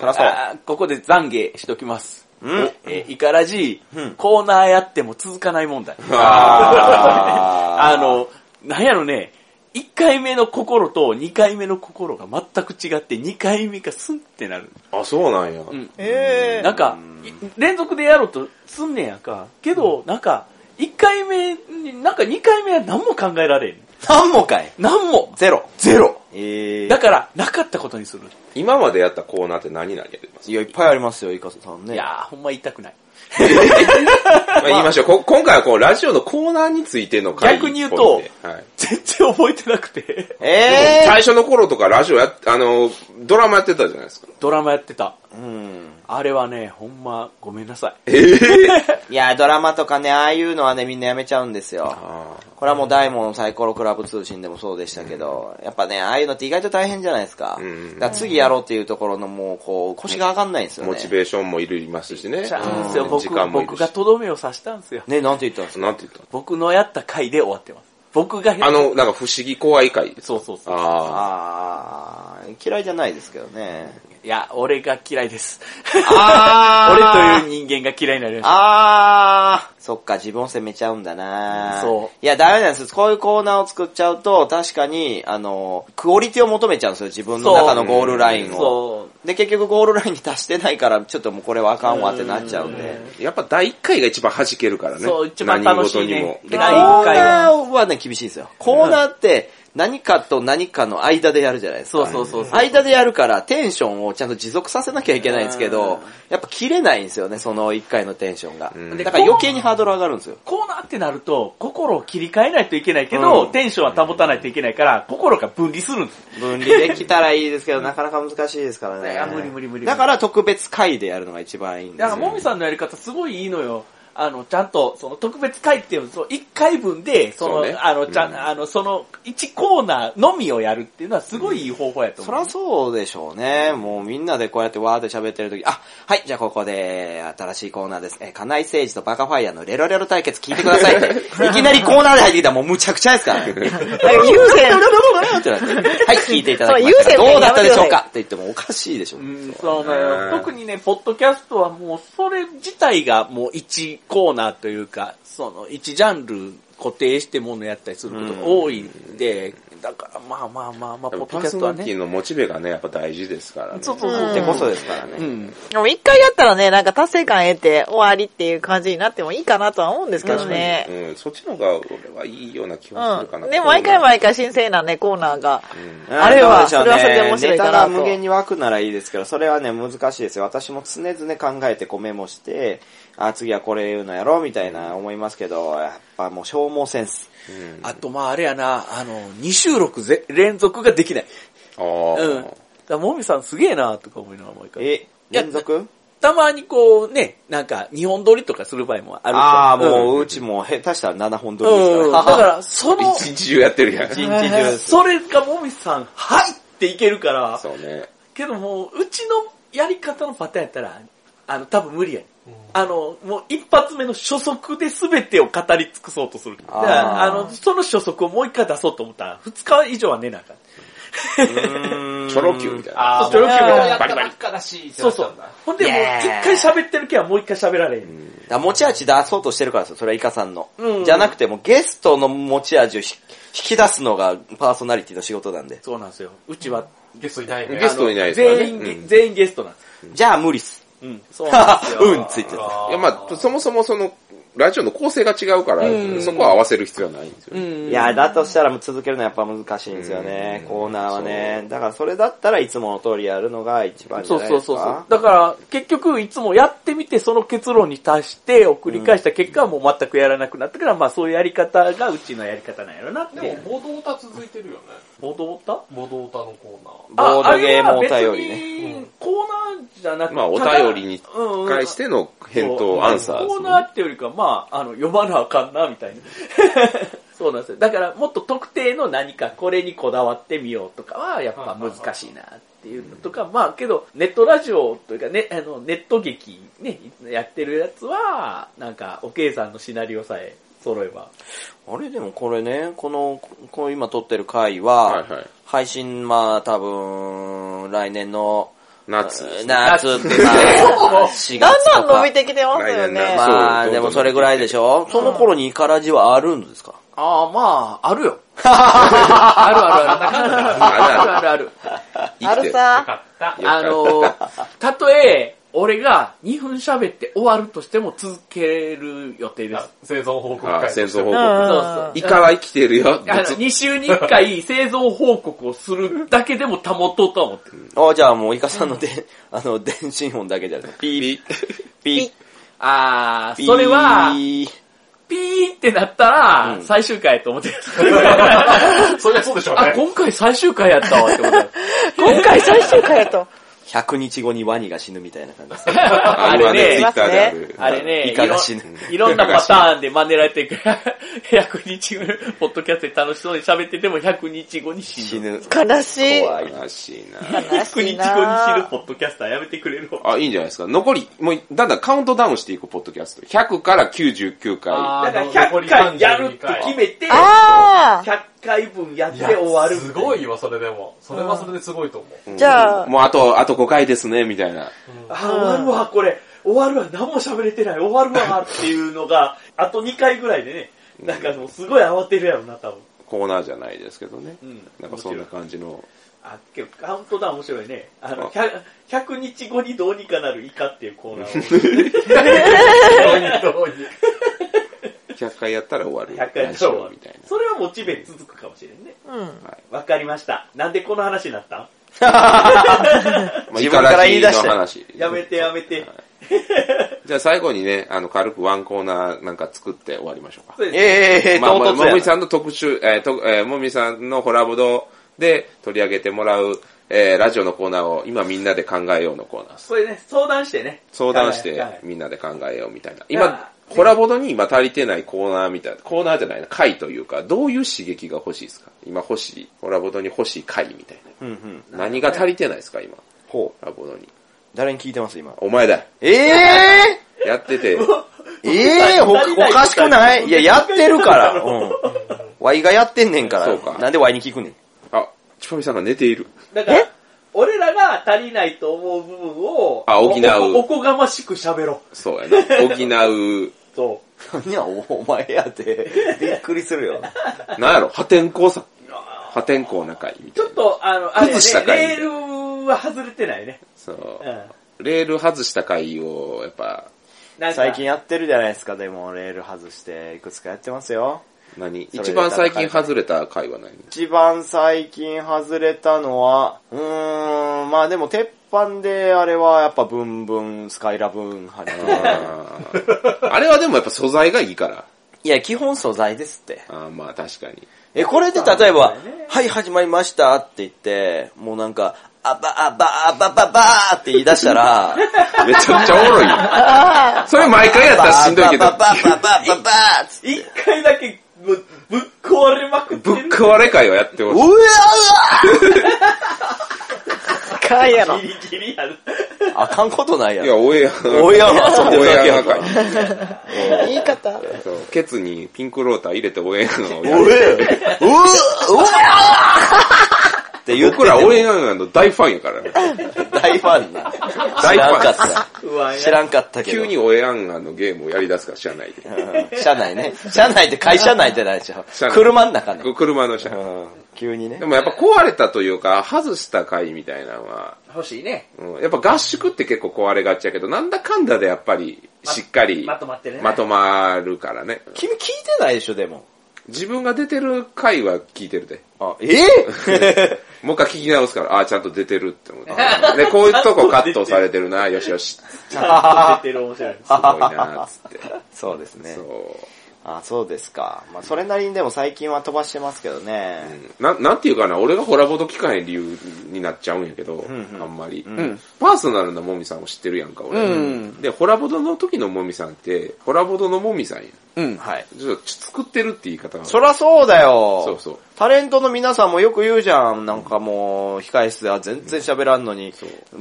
[SPEAKER 4] そりゃそう。
[SPEAKER 5] あーここで懺悔しときます。
[SPEAKER 4] うん。
[SPEAKER 5] えー、イカラジー、コーナーやっても続かない問題。
[SPEAKER 1] あ
[SPEAKER 5] あの、なんやろね、 1回目の心と2回目の心が全く違って、2回目がスンってなる。
[SPEAKER 1] あ、そうなんや。
[SPEAKER 5] うん
[SPEAKER 3] え
[SPEAKER 5] なんか、い連続でやろうとすんねやんか。けど、なんか、1回目に、なんか2回目は何も考えられん。
[SPEAKER 4] 何もかい
[SPEAKER 5] 何も。
[SPEAKER 4] ゼロ。
[SPEAKER 5] ゼロ。
[SPEAKER 4] え
[SPEAKER 5] だから、なかったことにする。
[SPEAKER 1] 今までやったコーナーって何々やります
[SPEAKER 4] いや、いっぱいありますよ、イカさんね。
[SPEAKER 5] いやー、ほんま言いたくない。
[SPEAKER 1] まあ言いましょう。こ今回はこう、ラジオのコーナーについての会
[SPEAKER 5] 逆に言うと
[SPEAKER 1] はい、
[SPEAKER 5] 全然覚えてなくて。
[SPEAKER 4] え
[SPEAKER 1] 最初の頃とかラジオやっ、あの、ドラマやってたじゃないですか。
[SPEAKER 5] ドラマやってた。
[SPEAKER 4] ー、うん。
[SPEAKER 5] あれはね、ほんま、ごめんなさい。
[SPEAKER 4] いや、ドラマとかね、ああいうのはね、みんなやめちゃうんですよ。
[SPEAKER 1] あ
[SPEAKER 4] これはもう大門サイコロクラブ通信でもそうでしたけど、やっぱね、ああいうのって意外と大変じゃないですか。
[SPEAKER 1] うん
[SPEAKER 4] だから次やろうっていうところのもう、こう、腰が上がんないんです
[SPEAKER 1] あ、
[SPEAKER 4] よね。
[SPEAKER 1] モチベーションもいりますしね。
[SPEAKER 5] ちゃうんすよ、
[SPEAKER 1] うん
[SPEAKER 5] 僕
[SPEAKER 1] 時間もいる
[SPEAKER 5] 僕
[SPEAKER 1] し
[SPEAKER 5] がとどめを刺したんですよ。
[SPEAKER 4] ね、なんて言ったんですか
[SPEAKER 1] なんて言っ
[SPEAKER 5] 僕のやった回で終わってます。僕がやった
[SPEAKER 1] あ、の、なんか不思議怖い回です。
[SPEAKER 5] そうそうそう。
[SPEAKER 1] あ
[SPEAKER 4] あー、嫌いじゃないですけどね。
[SPEAKER 5] いや、俺が嫌いです。
[SPEAKER 4] あ ー
[SPEAKER 5] 俺という人間が嫌いになりました。
[SPEAKER 4] あー、そっか、自分を責めちゃうんだな。
[SPEAKER 5] そう
[SPEAKER 4] いや、ダメなんですこういうコーナーを作っちゃうと、確かに、あの、クオリティを求めちゃうんですよ、自分の中のゴールライン
[SPEAKER 5] そ
[SPEAKER 4] を。で、結局ゴールラインに達してないから、ちょっともうこれはあかんわってなっちゃうんで。
[SPEAKER 1] あ。やっぱ第一回が一番弾けるから
[SPEAKER 5] う。
[SPEAKER 1] ね。
[SPEAKER 5] そう、一番楽しい
[SPEAKER 1] 何
[SPEAKER 5] ね
[SPEAKER 1] 事。に
[SPEAKER 5] で
[SPEAKER 1] も。
[SPEAKER 4] コー
[SPEAKER 5] 第一回は。
[SPEAKER 4] ナーはね、厳しいんですよ。コーナーって、何かと何かの間でやるじゃないですか。
[SPEAKER 5] そうそうそうそう。
[SPEAKER 4] 間でやるからテンションをちゃんと持続させなきゃいけないんですけど、やっぱ切れないんですよね、その1回のテンションが。
[SPEAKER 1] ん
[SPEAKER 4] だから余計にハードル上がるんですよ。
[SPEAKER 5] コーナーってなると、心を切り替えないといけないけど、テンションは保たないといけないから、心が分離するんです。
[SPEAKER 4] 分離できたらいいですけど、なかなか難しいですから
[SPEAKER 5] い
[SPEAKER 4] ね
[SPEAKER 5] や。無理無理無理
[SPEAKER 4] だから特別回でやるのが一番いいんです
[SPEAKER 5] だか
[SPEAKER 4] よ。
[SPEAKER 5] ら、もみさんのやり方すごいいいのよ。あの、ちゃんと、その特別会っていうの、その1回分で、その、
[SPEAKER 1] そうね
[SPEAKER 5] あの、ちゃ、、
[SPEAKER 1] うんん
[SPEAKER 5] あの、その、1コーナーのみをやるっていうのはすごいいい方法やと
[SPEAKER 4] そ
[SPEAKER 5] 思う。
[SPEAKER 4] らそうでしょうね。もうみんなでこうやってわーって喋ってる時あ、はい、じゃあここで新しいコーナーです。えー、金井誠二とバカファイヤーのレロレロ対決聞いてください って。いきなりコーナーで入ってきたらもうむちゃくちゃですからね。レロ
[SPEAKER 3] 優先。
[SPEAKER 4] ってなってはい、聞いていただきま
[SPEAKER 3] そう
[SPEAKER 4] し
[SPEAKER 3] 優
[SPEAKER 4] た。
[SPEAKER 3] 先ね
[SPEAKER 4] どうだったでしょうかって言ってもおかしいでしょ。
[SPEAKER 5] うん、そうな
[SPEAKER 1] う
[SPEAKER 5] のよ。
[SPEAKER 1] ん
[SPEAKER 5] 特にね、ポッドキャストはもう、それ自体がもう1コーナーというか、その、1ジャンル固定してものやったりすることが多いんで、だから、まあまあまあまあ、
[SPEAKER 1] で
[SPEAKER 5] ポ
[SPEAKER 1] も
[SPEAKER 5] ッ
[SPEAKER 1] パ
[SPEAKER 5] ドキ
[SPEAKER 1] ー
[SPEAKER 5] ャス
[SPEAKER 1] ソ
[SPEAKER 5] トは
[SPEAKER 1] ナリティ
[SPEAKER 5] ね。
[SPEAKER 1] のモチベがね、やっぱ大事ですからね。
[SPEAKER 5] そうそう
[SPEAKER 4] あ
[SPEAKER 5] そ
[SPEAKER 4] っ
[SPEAKER 5] う。
[SPEAKER 4] てこそですから
[SPEAKER 5] う
[SPEAKER 4] ね。
[SPEAKER 5] ん。
[SPEAKER 3] でも一回やったらね、なんか達成感得て終わりっていう感じになってもいいかなとは思うんですけどね。
[SPEAKER 1] うん、そっちの方が俺はいいような気
[SPEAKER 3] う
[SPEAKER 1] がするかな。
[SPEAKER 3] ん。で、毎回毎回新鮮なね、コーナーが。
[SPEAKER 4] あ
[SPEAKER 3] あれはそれはそれで面白いかなと
[SPEAKER 4] ネタが無限に湧くならいいですけど、それはね、難しいですよ。私も常々考えてこうメモして、あ、次はこれ言うのやろうみたいな思いますけど、やっぱもう消耗センス。
[SPEAKER 5] あと、まああれやな、あの、2収録ぜ連続ができない。
[SPEAKER 1] ああ、
[SPEAKER 5] うん。だから、もみさんすげえな、とか思いながら毎回。
[SPEAKER 4] え、連続
[SPEAKER 5] たまにこうね、なんか、日本撮りとかする場合もあるじゃん
[SPEAKER 4] ああ、
[SPEAKER 5] うん。
[SPEAKER 4] もううちも下手したら7本撮り
[SPEAKER 5] うん。
[SPEAKER 4] です
[SPEAKER 5] だ
[SPEAKER 4] か。
[SPEAKER 5] からら、その、
[SPEAKER 1] 一日中やってるやん。
[SPEAKER 4] 一日中です。
[SPEAKER 5] それがもみさん、はいっていけるから、
[SPEAKER 1] そうね。
[SPEAKER 5] けどもう、うちのやり方のパターンやったら、あの、多分無理やね、あの、もう一発目の初速で全てを語り尽くそうとする。だから、
[SPEAKER 4] あ
[SPEAKER 5] あ
[SPEAKER 4] ー
[SPEAKER 5] の、その初速をもう一回出そうと思ったら、二日以上は寝なあかった。
[SPEAKER 1] チョロ Q みたいな。
[SPEAKER 5] そして俺今日
[SPEAKER 2] やった
[SPEAKER 1] バリバ
[SPEAKER 2] ば
[SPEAKER 1] リ
[SPEAKER 2] っかだし、
[SPEAKER 5] そうそう。ほんで、もう
[SPEAKER 4] いやー
[SPEAKER 5] 一回喋ってる気はもう一回喋られへん。
[SPEAKER 4] だから持ち味出そうとしてるからですよ、それはイカさんの。
[SPEAKER 5] うん
[SPEAKER 4] じゃなくてもうゲストの持ち味をひ引き出すのがパーソナリティの仕事なんで。
[SPEAKER 5] そうなんですよ。うちは、
[SPEAKER 2] ゲストいないね。
[SPEAKER 1] ゲストいないですからね。
[SPEAKER 5] 全員、
[SPEAKER 1] うん
[SPEAKER 5] 全員ゲストなんです。
[SPEAKER 4] じゃあ無理っす。
[SPEAKER 5] うん、そうなんですよ。
[SPEAKER 4] うん、ついてた。
[SPEAKER 2] あー
[SPEAKER 1] いや、まあそもそもその、ラジオの構成が違うから、そこは合わせる必要はないんですよね。
[SPEAKER 4] いや、だとしたらもう続けるのはやっぱ難しいんですよね、
[SPEAKER 1] うん
[SPEAKER 4] コーナーはね。だからそれだったらいつもの通りやるのが一番じ
[SPEAKER 5] そ
[SPEAKER 4] ゃ
[SPEAKER 5] う
[SPEAKER 4] ない
[SPEAKER 5] そ
[SPEAKER 4] で
[SPEAKER 5] う
[SPEAKER 4] すか。
[SPEAKER 5] そうそう。だから、結局、いつもやってみて、その結論に達して、を繰り返した結果はもう全くやらなくなったから、まあそういうやり方がうちのやり方なんやろなっ
[SPEAKER 2] でも
[SPEAKER 5] て。、
[SPEAKER 2] ボドオタ続いてるよね。
[SPEAKER 5] ボードオタ
[SPEAKER 2] ボドオタのコーナー。
[SPEAKER 4] ボードゲームお便りね。
[SPEAKER 5] ね。コーナーじゃなくて、
[SPEAKER 1] まあお便りに返しての返答、アンサーで
[SPEAKER 5] コ
[SPEAKER 1] す
[SPEAKER 5] ー
[SPEAKER 1] ね
[SPEAKER 5] ナーってよりか、まあ、あの、読まなあかんな、みたいな。 そうなんですよ。だから、もっと特定の何か、これにこだわってみようとかは、やっぱ難しいな、っていうのとか、まあ、けど、ネットラジオというか、ね、あの、ネット劇ね、やってるやつは、なんか、おけいさんのシナリオさえ揃えば。
[SPEAKER 4] あれでもこれね、この、この今撮ってる回
[SPEAKER 1] は
[SPEAKER 4] は、
[SPEAKER 1] いはい。
[SPEAKER 4] 配信まあ多分、来年の
[SPEAKER 1] 夏。
[SPEAKER 4] 夏ってまあ、4月とか。
[SPEAKER 3] だんだん伸びてきてますよ
[SPEAKER 1] 来年
[SPEAKER 3] ね
[SPEAKER 1] 夏。
[SPEAKER 4] まあ、でもそれぐらいでしょその頃にイカラジはあるんですか
[SPEAKER 5] ああ、まあ、ある よ。あるある ある。あるあるあるある。
[SPEAKER 1] 生きてる。
[SPEAKER 2] よ
[SPEAKER 3] さ。
[SPEAKER 2] かった。
[SPEAKER 1] よか
[SPEAKER 5] あ
[SPEAKER 1] った
[SPEAKER 5] の、たとえ、俺が2分喋って終わるとしても続ける予定です。
[SPEAKER 2] 生存報告
[SPEAKER 1] あ
[SPEAKER 2] 会。
[SPEAKER 1] ー、戦争報告。
[SPEAKER 5] そうそ
[SPEAKER 3] うん
[SPEAKER 5] う
[SPEAKER 1] イカは生きてるよ。
[SPEAKER 5] あの2週に1回製造報告をするだけでも保とうとは思ってる。
[SPEAKER 4] あじゃあもうイカさんので、 あの、電信音だけじゃなくて、ピー、ピー、
[SPEAKER 5] あ
[SPEAKER 4] ピ
[SPEAKER 5] ー、
[SPEAKER 4] ー、
[SPEAKER 5] それは、
[SPEAKER 4] ピー
[SPEAKER 5] ピーってなったら、最終回やと思 ってる。
[SPEAKER 2] そりゃそうでしょう
[SPEAKER 5] あ、
[SPEAKER 2] ね。
[SPEAKER 5] 今回最終回やったわって思ってる。
[SPEAKER 3] 今回最終回やと。
[SPEAKER 4] 100日後にワニが死ぬみたいな感じですね。
[SPEAKER 1] あ
[SPEAKER 5] あ
[SPEAKER 1] 今
[SPEAKER 5] れ
[SPEAKER 1] ね、ツイ
[SPEAKER 5] ね
[SPEAKER 1] ッ、ターである。
[SPEAKER 5] あれね、
[SPEAKER 4] イカが死ぬ
[SPEAKER 5] いろんいろんなパターンで真似られてる から、100日後、ポッドキャストで楽しそうに喋ってても100日後に死
[SPEAKER 4] 死
[SPEAKER 5] ぬ。
[SPEAKER 4] ぬ。
[SPEAKER 3] 悲しい。
[SPEAKER 4] 怖い。
[SPEAKER 1] 悲しいな。
[SPEAKER 3] 悲
[SPEAKER 5] 100
[SPEAKER 3] し
[SPEAKER 5] 日後に死ぬ
[SPEAKER 3] いな
[SPEAKER 5] ポッドキャスターやめてくれるわ。
[SPEAKER 1] あ、いいんじゃないですか。残り、もう、だんだんカウントダウンしていくポッドキャスト。100から99回。
[SPEAKER 2] あ
[SPEAKER 5] だから
[SPEAKER 2] 残
[SPEAKER 5] 100
[SPEAKER 2] り
[SPEAKER 5] 回やるって決めて、100
[SPEAKER 3] ああ
[SPEAKER 5] 回分やって
[SPEAKER 2] いや
[SPEAKER 5] 終わる。
[SPEAKER 2] すごいよ、それでも。それはそれですごいと思う。
[SPEAKER 1] うん
[SPEAKER 3] じゃあ
[SPEAKER 1] もうあと、あと5回ですね、みたいな。
[SPEAKER 5] あー、終わるわ、これ。終わるわ、何も喋れてない。終わるわ、っていうのが、あと2回ぐらいでね、なんかもうすごい慌てるやろな、多分。
[SPEAKER 1] コーナーじゃないですけどね。
[SPEAKER 5] うん
[SPEAKER 1] なんかそんな感じの。
[SPEAKER 5] あ、けどカウントダウン面白いね。あの、
[SPEAKER 1] あ
[SPEAKER 5] 100, 100日後にどうにかなるイカっていうコーナーを。
[SPEAKER 2] どうに
[SPEAKER 1] 100回やったら終わる。
[SPEAKER 5] 100回
[SPEAKER 1] ラ
[SPEAKER 5] 以
[SPEAKER 1] ジ
[SPEAKER 5] 上
[SPEAKER 1] オ
[SPEAKER 5] は
[SPEAKER 1] みたい
[SPEAKER 5] それはモチベ続くかもしれんね。
[SPEAKER 3] うん。
[SPEAKER 5] わかりました。なんでこの話になったん
[SPEAKER 1] な。まあ
[SPEAKER 4] 自分から言い出して
[SPEAKER 1] イカラジの話
[SPEAKER 5] やめてやめて。
[SPEAKER 1] じゃあ最後にね、あの、軽くワンコーナーなんか作って終わりましょうか。
[SPEAKER 5] そうです
[SPEAKER 4] ええー、
[SPEAKER 1] まあ、
[SPEAKER 4] 唐
[SPEAKER 1] まあ
[SPEAKER 4] 突
[SPEAKER 1] も
[SPEAKER 4] や
[SPEAKER 1] み
[SPEAKER 4] な。
[SPEAKER 1] さんの特集、えーとえーもみさんのホラボドで取り上げてもらう、えーラジオのコーナーを今みんなで考えようのコーナー。
[SPEAKER 5] それね、相談してね。
[SPEAKER 1] 相談し
[SPEAKER 5] はいはい
[SPEAKER 1] てみんなで考えようみたいな。
[SPEAKER 5] い
[SPEAKER 1] 今
[SPEAKER 5] や、
[SPEAKER 1] ホラボドに今足りてないコーナーみたいな、コーナーじゃないな、回というか、どういう刺激が欲しいですか今欲しい、ホラボドに欲しい回みたい
[SPEAKER 4] うんうん。
[SPEAKER 1] な。何が足りてないですか今、
[SPEAKER 4] ほう。
[SPEAKER 1] ホラボドに。
[SPEAKER 4] 誰に聞いてます、今。
[SPEAKER 1] お前だ。
[SPEAKER 4] ええ
[SPEAKER 1] やってて、
[SPEAKER 4] ー、ええー、ほおかしくないいや、やってるから。うん。ワイがやってんねんから。
[SPEAKER 1] そうか
[SPEAKER 4] なんでワイに聞くねん。
[SPEAKER 1] あ、ちぱみさんが寝ている。
[SPEAKER 5] だから、俺らが足りないと思う部分を、
[SPEAKER 1] あ補う
[SPEAKER 5] おおおこがましく喋ろ
[SPEAKER 1] そうやな。補う、
[SPEAKER 5] う。そ
[SPEAKER 4] 何や、おお前やって。びっくりするよ。
[SPEAKER 1] なんやろ、破天荒さ。
[SPEAKER 5] う。ち
[SPEAKER 1] 破天荒な回みたい
[SPEAKER 5] ょ
[SPEAKER 1] な
[SPEAKER 5] っ。と、あの、あれや
[SPEAKER 1] 崩した
[SPEAKER 5] ね、
[SPEAKER 1] 回
[SPEAKER 5] レールは外れてないね。
[SPEAKER 1] そう
[SPEAKER 5] う。ん。
[SPEAKER 1] レール外した回を、やっぱ、
[SPEAKER 5] なんか
[SPEAKER 4] 最近やってるじゃないですか、でも、レール外して、いくつかやってますよ。
[SPEAKER 1] 何
[SPEAKER 4] それ
[SPEAKER 1] 一番最近外れた回は何
[SPEAKER 4] 一番最近外れたのは、うーん、まあでも、鉄板で、あれはやっぱ、ブンブン、スカイラブーン派に。
[SPEAKER 1] あーあれはでもやっぱ素材がいいから。
[SPEAKER 4] いや、基本素材ですって。
[SPEAKER 1] あーまあ確かに。
[SPEAKER 4] え、これで例えば
[SPEAKER 5] そうだよね、
[SPEAKER 4] はい、始まりましたって言って、もうなんか、あばあばあばばばーって言い出したら、
[SPEAKER 1] めちゃくちゃおもろいよ。 それ毎回やったらしんどいけど
[SPEAKER 4] ば、ばばばばばばーっつって、
[SPEAKER 5] 一回だけぶぶっ壊れまくって
[SPEAKER 1] ぶ
[SPEAKER 5] る。
[SPEAKER 1] っ壊れ回をやって
[SPEAKER 4] う
[SPEAKER 1] ほ
[SPEAKER 4] わ
[SPEAKER 1] しい。
[SPEAKER 4] うわ
[SPEAKER 3] かいや ろ
[SPEAKER 5] ギ。リギリやる。
[SPEAKER 4] あかんことないや
[SPEAKER 1] いや、
[SPEAKER 4] ろ。
[SPEAKER 1] おえや、
[SPEAKER 4] おやん遊んでるだ
[SPEAKER 1] お
[SPEAKER 4] け
[SPEAKER 1] え
[SPEAKER 4] や
[SPEAKER 1] や
[SPEAKER 4] んか
[SPEAKER 1] 回。
[SPEAKER 3] 言い方。
[SPEAKER 1] そう、ケツにピンクローター入れておえやのを
[SPEAKER 4] お
[SPEAKER 1] や
[SPEAKER 4] えう
[SPEAKER 1] る。
[SPEAKER 4] うわうわって言って
[SPEAKER 1] 僕
[SPEAKER 4] て
[SPEAKER 1] ら
[SPEAKER 4] も
[SPEAKER 1] おえやの大ファンやからね。
[SPEAKER 4] 大ファンな。
[SPEAKER 1] 大
[SPEAKER 4] 知
[SPEAKER 1] フ
[SPEAKER 4] らん
[SPEAKER 1] ァ
[SPEAKER 4] か
[SPEAKER 1] ン。
[SPEAKER 4] った。
[SPEAKER 5] 不安や。
[SPEAKER 4] 知らんかったけど。
[SPEAKER 1] 急におえやんのゲームをやり出すから知らないで。
[SPEAKER 4] うん。社内ね。社内って会社内じゃないでしょ
[SPEAKER 1] 社。内
[SPEAKER 4] 車の中の。
[SPEAKER 1] 車の車
[SPEAKER 4] う。ん。急にね
[SPEAKER 1] で。もやっぱ壊れたというか、外した回みたいなのは、
[SPEAKER 5] 欲しいね。
[SPEAKER 1] うん、やっぱ合宿って結構壊れがちやけど、なんだかんだでやっぱり、しっかり、
[SPEAKER 5] ままとまってるね
[SPEAKER 1] まとまるからね。
[SPEAKER 4] 君聞いてないでしょ、でも。
[SPEAKER 1] 自分が出てる回は聞いてるで。
[SPEAKER 4] あ、ええ
[SPEAKER 1] もう一回聞き直すから、ああ、ちゃんと出てるって思って。で、こういうとこカットされてるな、よしよし。す
[SPEAKER 5] ちゃんと出てる面白い。
[SPEAKER 1] ごいな、つって。
[SPEAKER 4] そうですね
[SPEAKER 1] そ。う。
[SPEAKER 4] あ、そうですか。まあ、それなりにでも最近は飛ばしてますけどね。
[SPEAKER 1] な、なんていうかな、俺がホラボド聞かへん理由になっちゃうんやけど、あんまり、パーソナルなもみさんを知ってるやんか、俺。で、ホラボドの時のもみさんって、ホラボドのもみさんやん。
[SPEAKER 4] うん、はい。
[SPEAKER 1] ちょっと作ってるって言い方が。
[SPEAKER 4] そらそうだよ。
[SPEAKER 1] そうそう
[SPEAKER 4] タレントの皆さんもよく言うじゃん。なんかもう、控え室では全然喋らんのに、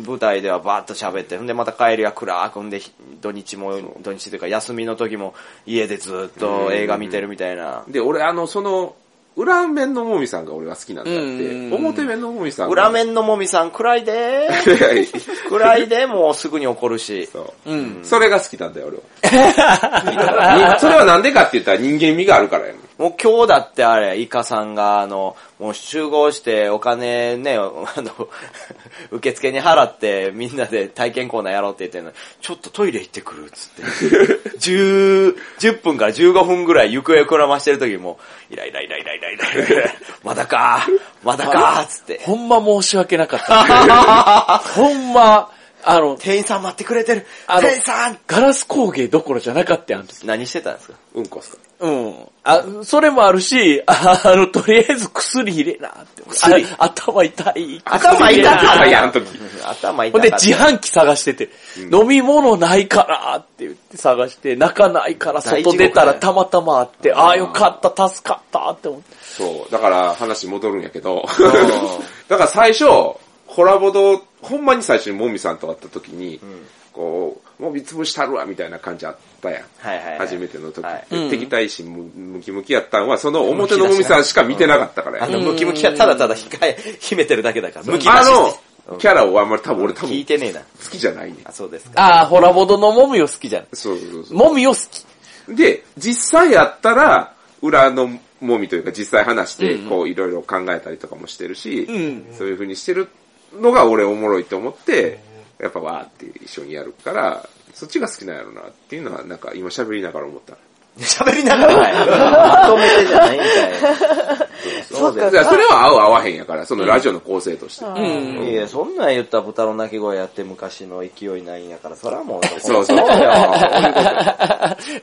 [SPEAKER 4] 舞台ではバーッと喋って、ほんでまた帰りは暗くんで、土日も、土日というか休みの時も家でずっと映画見てるみたいな。
[SPEAKER 1] で、俺、あの、その、裏面のもみさんが俺は好きなんだって、表面のもみさんが
[SPEAKER 4] 裏面のもみさん暗いで暗いでもうすぐに怒る し。
[SPEAKER 1] そう、 それが好きなんだよ、俺は。それはなんでかって言ったら人間味があるからやね
[SPEAKER 4] もう今日だってあれ、イカさんが、あの、もう集合してお金ね、あの、受付に払ってみんなで体験コーナーやろうって言ってんのにちょっとトイレ行ってくるっつって。10、10分から15分ぐらい行方をくらましてる時も、イライライライライライライライ、まだかまだかっつって。
[SPEAKER 5] ほんま申し訳なか った。ほんま、あの、
[SPEAKER 4] 店員さん待ってくれてる
[SPEAKER 5] あの
[SPEAKER 4] 店員さん
[SPEAKER 5] ガラス工芸どころじゃなかったやん。
[SPEAKER 4] 何してたんですか
[SPEAKER 1] うんこっすか
[SPEAKER 5] うん。あ、それもあるし、ああの、とりあえず薬入れなって。
[SPEAKER 4] 薬
[SPEAKER 5] あ頭痛い。
[SPEAKER 4] 頭痛か
[SPEAKER 1] あ
[SPEAKER 4] った
[SPEAKER 1] やんとき。
[SPEAKER 4] 頭痛
[SPEAKER 5] ほ
[SPEAKER 4] か
[SPEAKER 5] ん
[SPEAKER 4] っ
[SPEAKER 5] で
[SPEAKER 4] た。
[SPEAKER 5] 自販機探してて、飲み物ないかなって言って探して、泣かないから外出たらたまたまあって、ああよかった、助かったって思って。
[SPEAKER 1] そう。だから話戻るんやけど。 だから最初、コラボと、ほんまに最初にもみさんと会った時に、こう、もみ潰したるわ、みたいな感じあったやん。
[SPEAKER 4] はいはいはい
[SPEAKER 1] 初めての時。
[SPEAKER 4] はい
[SPEAKER 1] で敵対心むムキムキやったんは、その表のもみさんしか見てなかったからや
[SPEAKER 4] あの、ムキムキはただただ控え、秘めてるだけだから。ムキムキ
[SPEAKER 1] あの、キャラをあんまり多分俺多
[SPEAKER 4] 聞
[SPEAKER 1] 分
[SPEAKER 4] いてねえな。
[SPEAKER 1] 好きじゃないね。
[SPEAKER 4] あ、そうですか。
[SPEAKER 5] ああ、ホラボドのもみを好きじゃん。
[SPEAKER 1] そうそうそう。
[SPEAKER 5] もみを好き。
[SPEAKER 1] で、実際やったら、裏のもみというか実際話して、こういろいろ考えたりとかもしてるし、
[SPEAKER 5] ん
[SPEAKER 1] そういう風にしてるのが俺おもろいと思って、やっぱわーって一緒にやるから、そっちが好きなんやろなっていうのはなんか今喋りながら思った。
[SPEAKER 4] 喋りながらまとめてじゃないみたいな。
[SPEAKER 3] そっ
[SPEAKER 1] だ
[SPEAKER 3] か
[SPEAKER 1] からそれは合う合わへんやから、そのラジオの構成として。
[SPEAKER 5] うん。
[SPEAKER 4] いや、そんなん言ったら豚の鳴き声やって昔の勢いないんやから、そらもう。
[SPEAKER 1] そう そう。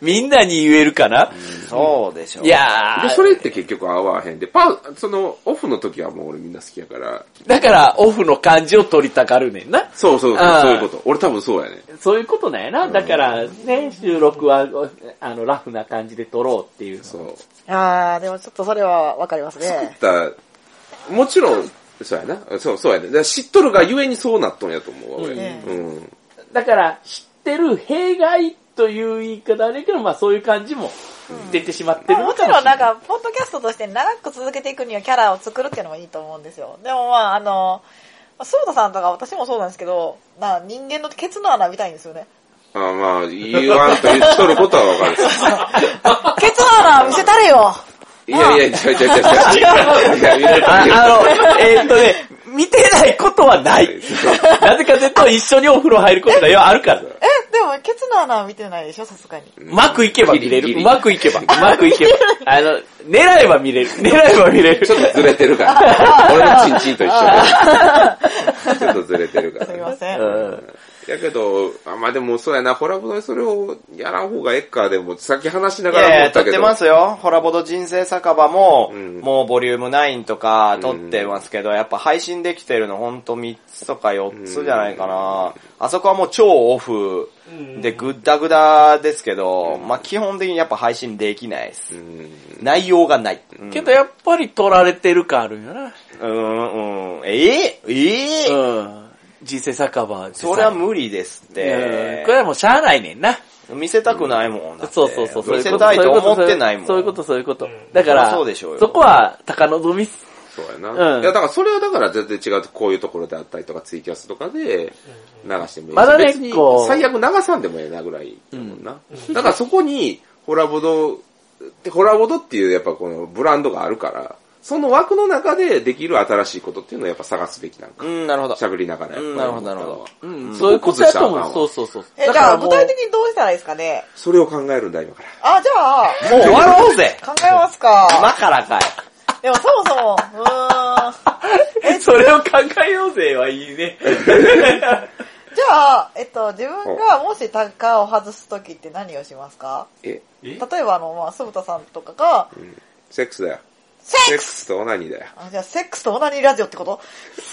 [SPEAKER 5] みんなに言えるかな、
[SPEAKER 4] そうでしょ。
[SPEAKER 5] い、や
[SPEAKER 1] で、
[SPEAKER 5] ー
[SPEAKER 1] それって結局合わへんで、パー、その、オフの時はもう俺みんな好きやから、
[SPEAKER 5] だからオフの感じを取りたがるねんな。
[SPEAKER 1] そうそうそう、
[SPEAKER 5] あー
[SPEAKER 1] そういうこと。俺多分そうやね。
[SPEAKER 5] そういうことなんやな。だから、ね、収録は、あの、ラフな感じで撮ろうっていう。
[SPEAKER 1] そう。
[SPEAKER 3] あー、でもちょっとそれはわかりますね。
[SPEAKER 1] だもちろん、そうやな。そう、そうやね。だから知っとるがゆえにそうなっとんやと思うわ、俺。
[SPEAKER 3] ね
[SPEAKER 1] うん。
[SPEAKER 5] だから、知ってる弊害という言い方あれやけど、まあそういう感じも出てしまってる
[SPEAKER 3] まあ
[SPEAKER 5] の
[SPEAKER 3] も
[SPEAKER 5] か
[SPEAKER 3] ち
[SPEAKER 5] も
[SPEAKER 3] ろ
[SPEAKER 5] しれな
[SPEAKER 3] んないんか、ポッドキャストとして長く続けていくにはキャラを作るっていうのもいいと思うんですよ。でもまあ、あの、ソータさんとか私もそうなんですけど、まあ人間のケツの穴みたいんですよね。
[SPEAKER 1] あまあ、言わんと言っとることはわかる。
[SPEAKER 3] ケツの穴見せたれよ
[SPEAKER 1] いやいや、違う違う違う違う。いやいやいやい や
[SPEAKER 5] ああの、えーっとね、見てないことはない。なぜかというと一緒にお風呂入ることがよあるから。
[SPEAKER 3] え、でもケツの穴は見てないでしょ、さすがに。
[SPEAKER 5] うまくいけば見れ
[SPEAKER 1] ギリギ
[SPEAKER 5] る。
[SPEAKER 1] リ
[SPEAKER 5] うまくいけば。うまくいけば。あの、狙えば見れる。狙えば見れる
[SPEAKER 1] ち。ょっとずれてるから。俺のチンチンと一緒で。ちょっとずれてるから
[SPEAKER 3] すいま
[SPEAKER 1] ね。
[SPEAKER 3] せん。
[SPEAKER 1] やけど、あまあでもそうやな、ホラボドでそれをやらん方がええか、でも、さっき話しないが
[SPEAKER 4] やい
[SPEAKER 1] ら思
[SPEAKER 4] や、
[SPEAKER 1] っ
[SPEAKER 4] 撮
[SPEAKER 1] た
[SPEAKER 4] っ
[SPEAKER 1] け
[SPEAKER 4] て
[SPEAKER 1] ど。
[SPEAKER 4] ますよ。ホラボド人生酒場も、
[SPEAKER 1] うん
[SPEAKER 4] もうボリューム9とか撮ってますけど、やっぱ配信できてるのほんと3つとか4つじゃないかな。あそこはもう超オフでグッダグダですけど、まあ基本的にやっぱ配信できないです。
[SPEAKER 1] うん
[SPEAKER 4] 内容がない。うん
[SPEAKER 5] けどやっぱり取られてる感あるんよな。
[SPEAKER 4] うん、うん。ええええ
[SPEAKER 5] うん。人生酒場でさ
[SPEAKER 4] それは無理ですっ
[SPEAKER 5] う
[SPEAKER 4] て
[SPEAKER 5] んこ。れはもうしゃあないねんな。
[SPEAKER 4] 見せたくないもん。だって
[SPEAKER 5] そうそうそう。そう
[SPEAKER 4] 見
[SPEAKER 5] いう
[SPEAKER 4] せ
[SPEAKER 5] こと
[SPEAKER 4] たいと思ってないもん。
[SPEAKER 5] そういうこと、そういうこと。だから、
[SPEAKER 4] そうでしょうよ
[SPEAKER 5] そこは高望みっす。
[SPEAKER 1] そうやな。
[SPEAKER 5] うん
[SPEAKER 1] いや、だからそれはだから全然違う、こういうところであったりとか、ツイキャスとかで流してもいいし、
[SPEAKER 5] まだね
[SPEAKER 1] 別に
[SPEAKER 5] こう
[SPEAKER 1] 最悪流さんでもええなぐらいだもんな。だからそこに、ホラボド、ホラボドっていうやっぱこのブランドがあるから、その枠の中でできる新しいことっていうのをやっぱ探すべきなんか
[SPEAKER 4] う。ん、なるほど。
[SPEAKER 1] 喋りながらやっぱり
[SPEAKER 4] うんなるほどなるほど
[SPEAKER 5] うん、そういうことやと思う。そうそうそう。
[SPEAKER 3] え、
[SPEAKER 5] だ
[SPEAKER 3] じ
[SPEAKER 5] か
[SPEAKER 3] ゃあ
[SPEAKER 5] らも
[SPEAKER 3] 具
[SPEAKER 5] う
[SPEAKER 3] 体的にどうしたらいいですかね
[SPEAKER 1] それを考えるんだ、今から。
[SPEAKER 3] あ、じゃあ、
[SPEAKER 4] もう終わろうぜ
[SPEAKER 3] 考えますか。
[SPEAKER 4] 今からかい。
[SPEAKER 3] でもそもそも、うー ん。
[SPEAKER 5] それを考えようぜはいいね。
[SPEAKER 3] じゃあ、えっと、自分がもしタッカーを外すときって何をしますか
[SPEAKER 1] え、
[SPEAKER 3] 例えばあの、まあ、鈴田さんとかが、
[SPEAKER 1] セックスだよ。
[SPEAKER 3] セ
[SPEAKER 1] セ
[SPEAKER 3] ッ
[SPEAKER 1] ッ
[SPEAKER 3] ク
[SPEAKER 1] ク
[SPEAKER 3] ス
[SPEAKER 1] スとオナニーだよ。
[SPEAKER 3] あじゃあ、セックスとオナニーラジオってこと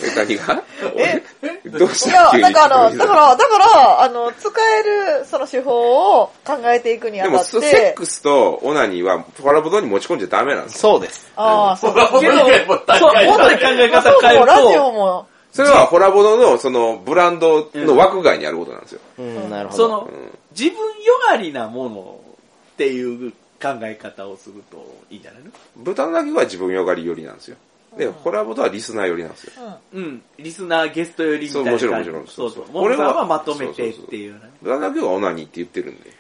[SPEAKER 1] え、何が
[SPEAKER 3] え
[SPEAKER 1] どうし
[SPEAKER 3] い
[SPEAKER 1] た
[SPEAKER 3] や、
[SPEAKER 1] 急に
[SPEAKER 3] なんかあの、だから、だから、あの、使える、その手法を考えていくに
[SPEAKER 1] で
[SPEAKER 3] あ
[SPEAKER 1] も、
[SPEAKER 3] たっ
[SPEAKER 1] そセ
[SPEAKER 3] て
[SPEAKER 1] ッ、クスとオナニーは、ホラボドに持ち込んじゃダメなんです
[SPEAKER 4] そうです。
[SPEAKER 3] ああ、そう。
[SPEAKER 5] けど、そう、本当に考え
[SPEAKER 3] まあ
[SPEAKER 5] 方
[SPEAKER 3] そう
[SPEAKER 5] 変え
[SPEAKER 3] も
[SPEAKER 5] る
[SPEAKER 3] ラジ
[SPEAKER 5] と
[SPEAKER 3] オ、も、
[SPEAKER 1] それはホラボドのそのブランドの枠外にあることなんですよ。
[SPEAKER 4] うん、なるほ
[SPEAKER 5] そ
[SPEAKER 4] ど。
[SPEAKER 5] の
[SPEAKER 1] ん、
[SPEAKER 5] 自分よがりなものっていう考え方をするといいんじゃないの
[SPEAKER 1] 豚の鳴き声は自分よがり寄りなんですよ。で、ホラボドはリスナー寄りなんですよ。
[SPEAKER 5] うん。リスナー、ゲストよりみたいな
[SPEAKER 1] そうもち
[SPEAKER 5] 感じ。
[SPEAKER 1] ろんもちろん
[SPEAKER 5] そうそう。
[SPEAKER 1] 俺
[SPEAKER 5] 俺
[SPEAKER 1] は
[SPEAKER 5] ははまとめてっていうようなね。
[SPEAKER 1] 豚の鳴き声はオナニーって言ってるんで、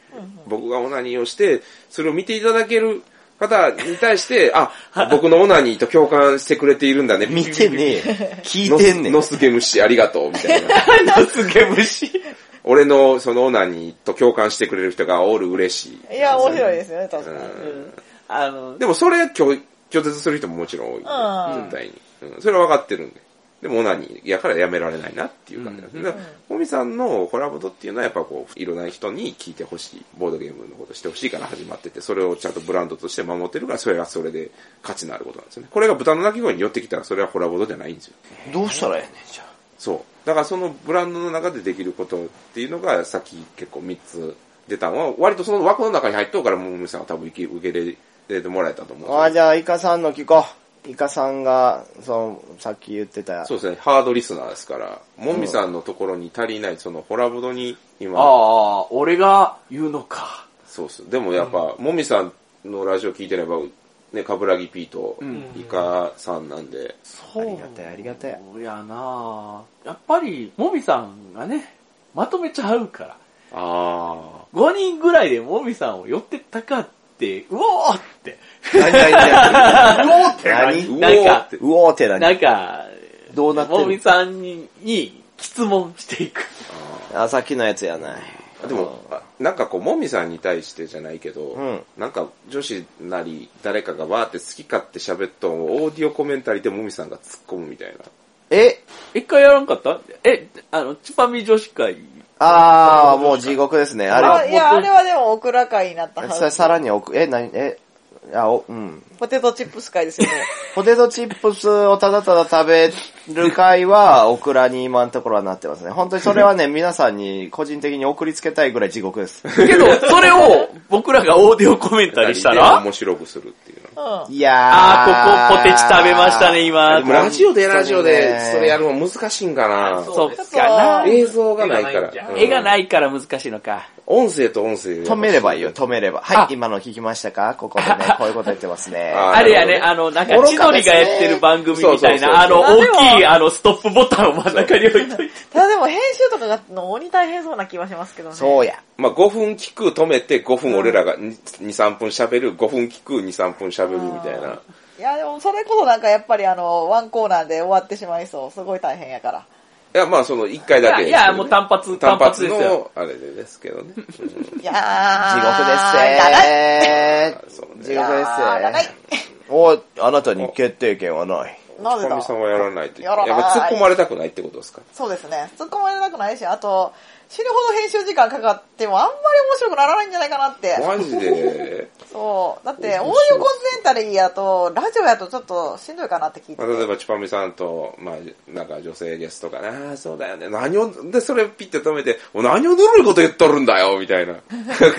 [SPEAKER 1] 僕がオナニーをして、それを見ていただける方に対 して、あ、僕のオナニーと共感してくれているんだね。
[SPEAKER 4] 見てねえ。聞い
[SPEAKER 1] ノ
[SPEAKER 4] て
[SPEAKER 1] ス
[SPEAKER 4] んねん。
[SPEAKER 1] ノスゲムシありがとう、みたいな。
[SPEAKER 5] ナスゲムシ。
[SPEAKER 1] 俺のそのオナニーと共感してくれる人がおる嬉しい。
[SPEAKER 3] いや、面白いですよね、確かに。
[SPEAKER 5] あの、
[SPEAKER 1] でもそれ拒拒絶する人ももちろん多い、
[SPEAKER 3] ん
[SPEAKER 1] 絶対に、うん。それは分かってるんで。でもオナニーやからやめられないなっていう感じなんです。だからホミさんのコラボドっていうのはやっぱこう、いろんな人に聞いてほしい、ボードゲームのことしてほしいから始まってて、それをちゃんとブランドとして守ってるから、それはそれで価値のあることなんですよね。これが豚の鳴き声に寄ってきたら、それはコラボドじゃないんですよ。
[SPEAKER 4] どうしたらええねん、じゃ
[SPEAKER 1] そう。だからそのブランドの中でできることっていうのが、さっき結構3つ出たのは、割とその枠の中に入っとうから、もうムさんは多分受け受け入れてもらえたと思うんですよ
[SPEAKER 4] あ。あ、じゃあ、イカさんの聞こう。イカさんが、その、さっき言ってた。
[SPEAKER 1] そうですね、ハードリスナーですから、もみさんのところに足りない、そのホラボドに
[SPEAKER 5] あ
[SPEAKER 1] 今、
[SPEAKER 5] あ、俺が言うのか。
[SPEAKER 1] そうっす。でもやっぱ、もみさんのラジオ聞いてれば、ね、カブラギ P とイカさんなんで、
[SPEAKER 4] あ
[SPEAKER 5] そう
[SPEAKER 4] りがたい、ありがたい。
[SPEAKER 5] そうやなぁやっぱり、もみさんがね、まとめちゃうから。
[SPEAKER 1] あ
[SPEAKER 5] 5人ぐらいでもみさんを寄ってたかって、うおーって。
[SPEAKER 4] 何何何
[SPEAKER 5] うおーって
[SPEAKER 4] 何
[SPEAKER 1] ー、うお
[SPEAKER 5] なん
[SPEAKER 1] ー
[SPEAKER 5] か
[SPEAKER 1] って、
[SPEAKER 4] うおーって
[SPEAKER 5] な
[SPEAKER 4] 何
[SPEAKER 5] んか、
[SPEAKER 4] どうなってる
[SPEAKER 5] もみさんに、に質問していく。
[SPEAKER 4] あ、さっきのやつやない。
[SPEAKER 1] あでも、あなんかこう、もみさんに対してじゃないけど、
[SPEAKER 4] うん
[SPEAKER 1] なんか女子なり誰かがわーって好き勝手喋っとんをオーディオコメンタリーでもみさんが突っ込むみたいな。
[SPEAKER 4] え
[SPEAKER 5] 一回やらんかったえ、あの、チュパミ女子会。
[SPEAKER 4] ああ、もう地獄ですね。あ
[SPEAKER 3] あ
[SPEAKER 4] れ、
[SPEAKER 3] いや、あれはでもオクラ会になった
[SPEAKER 4] さ
[SPEAKER 3] はず。
[SPEAKER 4] さらに奥、え、何、え、あ、お、うん。
[SPEAKER 3] ポテトチップス会ですよね。
[SPEAKER 4] ポテトチップスをただただ食べる会は、オクラに今のところはなってますね。本当にそれはね、皆さんに個人的に送りつけたいぐらい地獄です。
[SPEAKER 5] けど、それを僕らがオーディオコメンタリーしたら
[SPEAKER 1] 面白くするっていうの。
[SPEAKER 3] うん。
[SPEAKER 4] いやー。
[SPEAKER 5] あー、ここポテチ食べましたね、。今
[SPEAKER 1] で。もラジオでラジオ
[SPEAKER 4] 本当
[SPEAKER 1] で
[SPEAKER 4] にね
[SPEAKER 1] それやるの難しいんかな。
[SPEAKER 5] そっかな。
[SPEAKER 1] 映像がないから。
[SPEAKER 5] 絵が
[SPEAKER 1] い。
[SPEAKER 5] ないから難しいのか。
[SPEAKER 1] 音声と音声で
[SPEAKER 4] 止めればいいよ、止めれば。
[SPEAKER 5] あ
[SPEAKER 4] はい、今の聞きましたかここでね、こういうこと言ってますね。
[SPEAKER 1] あ
[SPEAKER 5] あれやね、
[SPEAKER 1] な
[SPEAKER 5] あの、なんか、千鳥がやってる番組みたいな、あ
[SPEAKER 1] そう
[SPEAKER 5] の、
[SPEAKER 1] そう
[SPEAKER 3] そうそう
[SPEAKER 5] 大きい、あの、ストップボタンを真ん中に置いといて。
[SPEAKER 3] ただでも編集とかがの鬼大変そうな気はしますけどね。
[SPEAKER 4] そうや。
[SPEAKER 1] まあ5分聞く止めて5分俺らが2、3分喋る、5分聞く2、3分喋るみたいな。
[SPEAKER 3] いや、でもそれこそなんかやっぱりあの、ワンコーナーで終わってしまいそう。すごい大変やから。
[SPEAKER 1] いや、まあその1回
[SPEAKER 5] い
[SPEAKER 1] だ
[SPEAKER 5] や、
[SPEAKER 1] け。
[SPEAKER 5] いや、もう単発、
[SPEAKER 1] 単
[SPEAKER 5] 単
[SPEAKER 1] 発
[SPEAKER 5] 発ですよ。
[SPEAKER 1] の、あれでですけどね。
[SPEAKER 3] いやー。
[SPEAKER 4] 地獄で
[SPEAKER 3] やだい
[SPEAKER 4] す
[SPEAKER 1] そう
[SPEAKER 4] ー。
[SPEAKER 1] ね
[SPEAKER 4] 地
[SPEAKER 3] や
[SPEAKER 4] 獄です
[SPEAKER 3] ーやだい
[SPEAKER 4] おい、あなたに決定権はない。
[SPEAKER 3] な
[SPEAKER 1] か
[SPEAKER 3] ぜだ
[SPEAKER 1] みさんはやらないと。
[SPEAKER 3] やらない
[SPEAKER 1] っぱ突っ込まれたくないってことですか。
[SPEAKER 3] そうですね。突っ込まれなくないし、あと、死ぬほど編集時間かかってもあんまり面白くならないんじゃないかなって。
[SPEAKER 1] マジで。
[SPEAKER 3] そう。だって、オーディオコンセンタリーやと、ラジオやとちょっとしんどいかなって聞いて
[SPEAKER 1] まあ、。例えば、チュパミさんと、まあ、なんか女性ゲストかな、あーそうだよね。何を、で、それピッて止めて、お何をぬるいこと言っとるんだよ、みたいな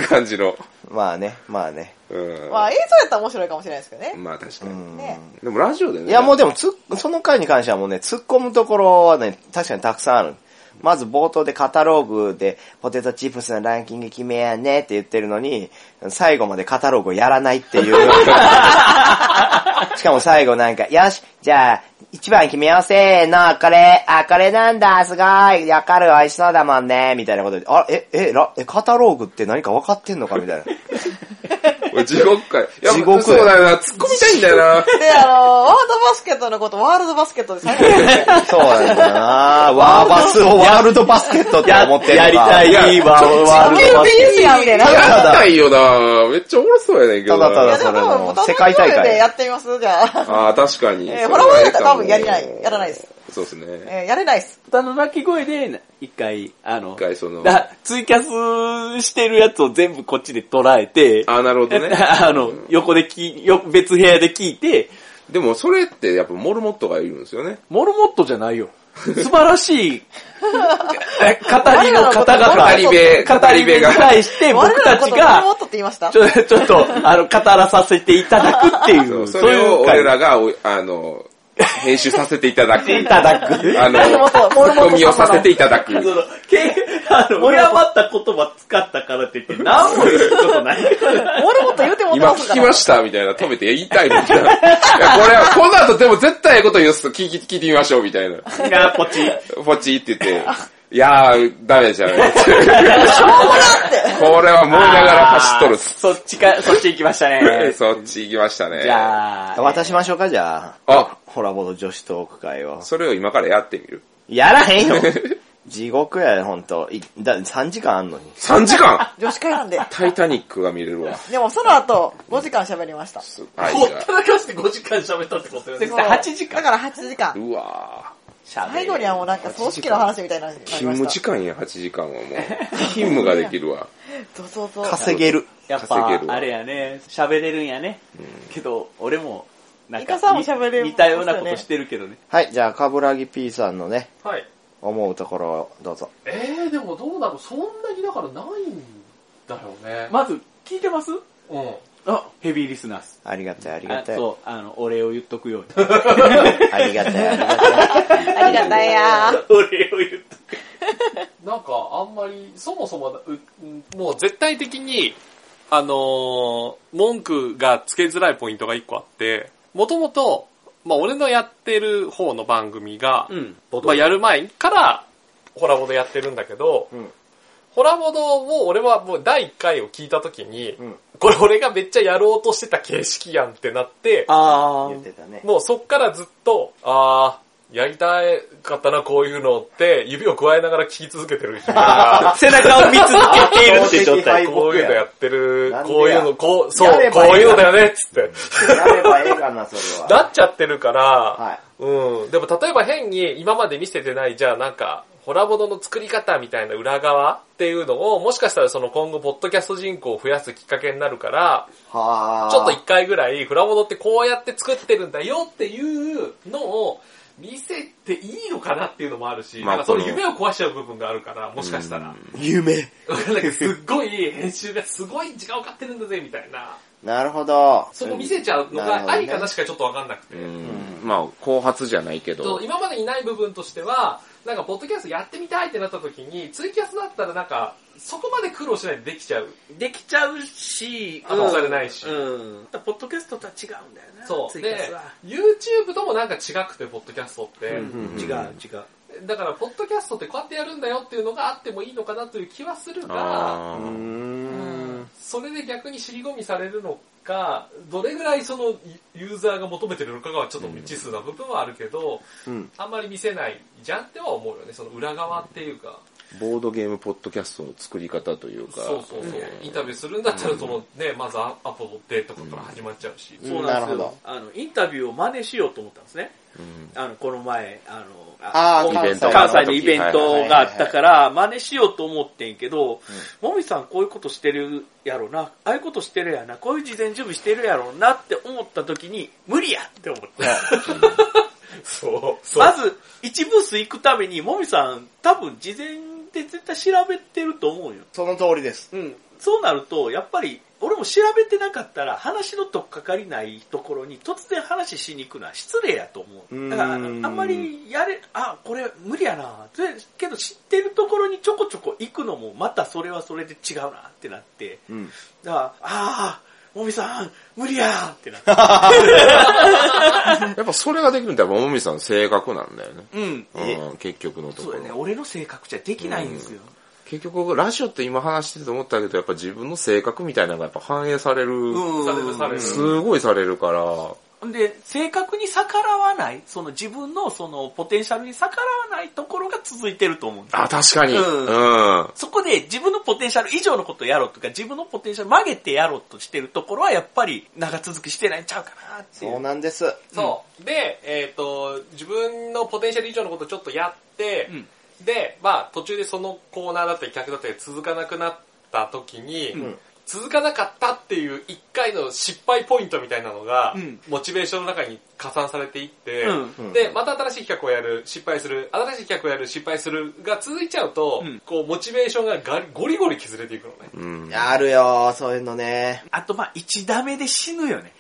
[SPEAKER 1] 感じの。
[SPEAKER 4] まあね、まあね。
[SPEAKER 1] うん。
[SPEAKER 3] まあ映像やったら面白いかもしれないですけどね。
[SPEAKER 1] まあ確か
[SPEAKER 4] う
[SPEAKER 1] に。
[SPEAKER 4] ん
[SPEAKER 3] ね
[SPEAKER 1] でもラジオでね。
[SPEAKER 4] いやもうでもつ、その回に関してはもうね、突っ込むところはね、確かにたくさんある。まず冒頭でカタログでポテトチップスのランキング決めやねって言ってるのに、最後までカタログをやらないっ ていう。しかも最後なんか、よし、じゃあ、一番決めようせーの、これ、あ、これなんだ、すごい、わかる、美味しそうだもんね、みたいなことで、あ、え、え、ら、え、カタログって何か分かってんのかみたい な。
[SPEAKER 1] 俺地獄かい。いや、
[SPEAKER 4] 地獄
[SPEAKER 1] そうだよな。突っ込みたいんだよな。
[SPEAKER 3] で、あの、ワールドバスケットのこと、ワールドバスケットで最後に言って
[SPEAKER 4] そうなんだよなワーバスをワールドバスケットって思ってるの
[SPEAKER 5] や
[SPEAKER 4] か
[SPEAKER 5] りたい、
[SPEAKER 1] いや
[SPEAKER 5] わワールドバスケ
[SPEAKER 3] BS やみたいな。
[SPEAKER 1] やりたいよな。めっちゃおもろそうやねんけどな。
[SPEAKER 4] ただただ
[SPEAKER 3] でも多分、もう
[SPEAKER 4] 世界大会
[SPEAKER 3] でやってみますじゃあ。
[SPEAKER 1] ああ、確かに。
[SPEAKER 3] えーホラボーだったら多分やりないやらないです。
[SPEAKER 1] そうですね。
[SPEAKER 3] えーやれないっす。
[SPEAKER 5] 豚の鳴き声で、一回、あの
[SPEAKER 1] 一、回その、あ
[SPEAKER 5] だツイキャスしてるやつを全部こっちで捉えて、
[SPEAKER 1] あ、なるほどね。
[SPEAKER 5] あの、横でき、よ、別部屋で聞いて、
[SPEAKER 1] でもそれってやっぱモルモットがいるんですよね。
[SPEAKER 5] モルモットじゃないよ。素晴らし い、え語りの方々。
[SPEAKER 1] 語り部、語
[SPEAKER 5] 語
[SPEAKER 1] り
[SPEAKER 5] り部
[SPEAKER 1] 部
[SPEAKER 5] に
[SPEAKER 1] が。
[SPEAKER 5] 対して
[SPEAKER 3] 我
[SPEAKER 5] 僕
[SPEAKER 3] ら
[SPEAKER 5] た
[SPEAKER 3] のこ
[SPEAKER 5] ち
[SPEAKER 3] と、モルモ
[SPEAKER 5] が
[SPEAKER 3] ッ、トって言いまし た
[SPEAKER 5] ちょ、ちょっと、あの、語らさせていただくってい、
[SPEAKER 1] そううそ
[SPEAKER 5] そう
[SPEAKER 1] れ
[SPEAKER 5] い
[SPEAKER 1] を
[SPEAKER 5] う
[SPEAKER 1] 俺
[SPEAKER 5] 会
[SPEAKER 1] らが、おあの、編集させていただく。
[SPEAKER 5] いただく。
[SPEAKER 1] あの、
[SPEAKER 3] モルモットモルモット
[SPEAKER 1] 込みをさせていただく。
[SPEAKER 5] その、け、あの、敬った言葉使ったからって言って、何も言うことない。
[SPEAKER 3] モルモット言うてもって
[SPEAKER 1] 今
[SPEAKER 3] ます
[SPEAKER 1] 聞
[SPEAKER 3] か
[SPEAKER 1] き
[SPEAKER 3] ら
[SPEAKER 1] ま。したみたいな、止めて言いたいみたいな。いや、これは、この後でも絶対ええこと言うっす。聞き聞いてみましょうみたいな。
[SPEAKER 5] みんな、ポチ。
[SPEAKER 1] ポチって言って、いやー、ダメですよね。しょうもなって。これは燃えながら走っとるっす。。
[SPEAKER 5] そっちか、そっち行きました ね
[SPEAKER 1] そっち行きましたね。
[SPEAKER 5] じゃあ、
[SPEAKER 4] 渡しましょうか、じゃあ。
[SPEAKER 1] あ、
[SPEAKER 4] ホラボド女子トーク会を。
[SPEAKER 1] それを今からやってみる。
[SPEAKER 4] やらへんよ。地獄やで、ほんと。いだ3時間あんのに。
[SPEAKER 1] 3時間
[SPEAKER 3] 女子会なんで。
[SPEAKER 1] タイタニックが見れるわ。
[SPEAKER 3] でもその後、5時間喋りました。
[SPEAKER 1] すはい、
[SPEAKER 2] ほ
[SPEAKER 1] じ
[SPEAKER 2] っ
[SPEAKER 1] ゃ
[SPEAKER 2] たらかして5時間喋ったってことよね。
[SPEAKER 5] 8時間
[SPEAKER 3] だから8時
[SPEAKER 1] あ
[SPEAKER 3] 間。
[SPEAKER 1] うわ
[SPEAKER 3] 最後にはもうなんか葬式の話みたいになりま
[SPEAKER 1] ー勤務
[SPEAKER 3] し
[SPEAKER 1] 時
[SPEAKER 3] た。
[SPEAKER 1] 間や、8時間はもう。勤務ができるわ。
[SPEAKER 3] そうそうそう。
[SPEAKER 4] 稼げる。
[SPEAKER 5] やっ
[SPEAKER 1] 稼げ
[SPEAKER 5] ぱ
[SPEAKER 1] る、わ
[SPEAKER 5] あれやね、喋れるんやね。けど、俺も、なん
[SPEAKER 3] イ
[SPEAKER 5] か
[SPEAKER 3] カさんも喋れますよね
[SPEAKER 5] 似たようなことしてるけどね。
[SPEAKER 4] はい、じゃあ、カブラギ P さんのね、
[SPEAKER 2] はい。
[SPEAKER 4] 思うところをどうぞ。
[SPEAKER 2] えー、でもどうだろう。そんなにだからないんだよね。
[SPEAKER 5] まず、聞いてます
[SPEAKER 2] うん。
[SPEAKER 5] あ、ヘビーリスナース。
[SPEAKER 4] ありがたい、ありが
[SPEAKER 5] あ
[SPEAKER 4] たい。
[SPEAKER 5] そう、あの、お礼を言っとくように。
[SPEAKER 4] ありがたい、ありがたい。
[SPEAKER 3] ありが たいやー。
[SPEAKER 5] お礼を言っとく。
[SPEAKER 2] なんかあんまり、そもそもう、うんもう絶対的に、あのー文句がつけづらいポイントが一個あって、もともと、まあ俺のやってる方の番組が、
[SPEAKER 5] うん。
[SPEAKER 2] まあやる前から、ホラボドやってるんだけど、
[SPEAKER 4] うん
[SPEAKER 2] ホラボドを俺はもう第1回を聞いた時に、
[SPEAKER 4] うん
[SPEAKER 2] これ俺がめっちゃやろうとしてた形式やんってなって、
[SPEAKER 5] あ
[SPEAKER 4] 言っ
[SPEAKER 5] ー、
[SPEAKER 4] てたね。
[SPEAKER 2] もうそっからずっと、あー、やりたかったな、こういうのって、指を加えながら聞き続けてる人 が
[SPEAKER 5] 背中を見続けているって状態。
[SPEAKER 4] 強敵敗
[SPEAKER 2] こういうのやってる
[SPEAKER 4] なん、でや
[SPEAKER 2] こういうの、こう、そう
[SPEAKER 4] や、れ
[SPEAKER 2] こ
[SPEAKER 4] ば
[SPEAKER 2] う
[SPEAKER 4] いい
[SPEAKER 2] いうのだよね、っつ って。
[SPEAKER 4] やればええかな、それは。
[SPEAKER 2] なっちゃってるから、
[SPEAKER 4] はい。
[SPEAKER 2] うん。でも例えば変に今まで見せてない、じゃあなんか、ホラボドの作り方みたいな裏側っていうのを、もしかしたらその今後、ポッドキャスト人口を増やすきっかけになるから、
[SPEAKER 4] はあ。
[SPEAKER 2] ちょっと一回ぐらい、フラボドってこうやって作ってるんだよっていうのを見せていいのかなっていうのもあるし、
[SPEAKER 1] まあ
[SPEAKER 2] なんかその
[SPEAKER 1] この
[SPEAKER 2] 夢を壊しちゃう部分があるから、もしかしたら。
[SPEAKER 4] 夢。
[SPEAKER 2] なんかすっごい編集がすごい時間をかってるんだぜみたいな、
[SPEAKER 4] なるほど。
[SPEAKER 2] そこ見せちゃうの
[SPEAKER 4] なるほ
[SPEAKER 2] が
[SPEAKER 4] どね
[SPEAKER 2] ありかなしかちょっとわかんなくて。
[SPEAKER 1] うんまあ、後発じゃないけど。
[SPEAKER 2] 今までにない部分としては、なんかポッドキャストやってみたいってなった時に、ツイキャスだったらなんか、そこまで苦労しないでできちゃう。
[SPEAKER 5] できちゃうし、
[SPEAKER 2] あのされないし
[SPEAKER 5] うん。 ポッドキャストとは違うんだよな。
[SPEAKER 2] そう。
[SPEAKER 5] ツイキャ
[SPEAKER 2] で
[SPEAKER 5] スは、
[SPEAKER 2] YouTube ともなんか違くて、ポッドキャストって。
[SPEAKER 5] うん違う、違う。
[SPEAKER 2] だから、ポッドキャストってこうやってやるんだよっていうのがあってもいいのかなという気はするが、
[SPEAKER 1] あ
[SPEAKER 4] うー
[SPEAKER 1] ー
[SPEAKER 4] ん。
[SPEAKER 2] それで逆に尻込みされるのか、どれぐらいそのユーザーが求めてるのかがちょっと未知数な部分はあるけど、
[SPEAKER 4] うん。
[SPEAKER 2] あんまり見せないじゃんっては思うよね、その裏側っていうか。
[SPEAKER 1] ボードゲームポッドキャストの作り方というか。
[SPEAKER 2] そうそうそう。インタビューするんだったら、そのね、まずアポ取ってとかから始まっちゃうし。
[SPEAKER 5] そうなんです
[SPEAKER 4] な
[SPEAKER 5] よ
[SPEAKER 4] るほ。
[SPEAKER 5] あの、インタビューを真似しようと思ったんですね。
[SPEAKER 1] うん
[SPEAKER 5] あの、この前、あの、
[SPEAKER 4] あー
[SPEAKER 5] こ
[SPEAKER 4] イベント
[SPEAKER 5] 関西でイベントがあったから、真似しようと思ってんけど、もみさんこういうことしてるやろな、ああいうことしてるやな、こういう事前準備してるやろなって思った時に、無理やって思った。
[SPEAKER 2] そう。そう。
[SPEAKER 5] まず、一ブース行くために、もみさん多分事前で絶対調べてると思うよ。
[SPEAKER 4] その通りです。
[SPEAKER 5] うん、そうなると、やっぱり、俺も調べてなかったら、話のとっかかりないところに突然話しに行くのは失礼やと思
[SPEAKER 4] うーん
[SPEAKER 5] う。だから、あのあんまりやれ、あ、これ無理やな。でけど知ってるところにちょこちょこ行くのも、またそれはそれで違うなってなって。
[SPEAKER 4] うん。
[SPEAKER 5] だから、あー、もみさん、無理やってなって。
[SPEAKER 1] やっぱそれができるんだったら、もみさん性格なんだよね。
[SPEAKER 5] うん。
[SPEAKER 1] うん、結局のと
[SPEAKER 5] そ
[SPEAKER 1] こ
[SPEAKER 5] うだね、
[SPEAKER 1] ろ。
[SPEAKER 5] 俺の性格じゃできないんですよ。
[SPEAKER 1] 結局、ラジオって今話してて思ったけど、やっぱ自分の性格みたいなのがやっぱ反映される。
[SPEAKER 5] うん。
[SPEAKER 2] されるされる
[SPEAKER 1] すごいされるから、
[SPEAKER 5] で、正確に逆らわない、その自分のそのポテンシャルに逆らわないところが続いてると思うんだ。
[SPEAKER 1] あ、確かに。う。
[SPEAKER 5] うんんそこで自分のポテンシャル以上のことをやろうとか、自分のポテンシャル曲げてやろうとしてるところはやっぱり長続きしてないんちゃうかなってい
[SPEAKER 4] そう
[SPEAKER 5] う。
[SPEAKER 4] なんです。
[SPEAKER 2] そう。で、えっ、と、自分のポテンシャル以上のことをちょっとやって、
[SPEAKER 5] うん
[SPEAKER 2] で、まあ途中でそのコーナーだったり客だったり続かなくなった時に、
[SPEAKER 5] ん
[SPEAKER 2] 続かなかったっていう一回の失敗ポイントみたいなのが、
[SPEAKER 5] うん
[SPEAKER 2] モチベーションの中に加算されていって、
[SPEAKER 5] うん
[SPEAKER 4] うん
[SPEAKER 2] で、また新しい企画をやる、失敗する、新しい企画をやる、失敗するが続いちゃうと、
[SPEAKER 5] うん
[SPEAKER 2] こうモチベーションがガリゴリゴリ削れていくのね。
[SPEAKER 1] うん。
[SPEAKER 4] あるよ、そういうのね。
[SPEAKER 5] あとまあ、一ダメで死ぬよね。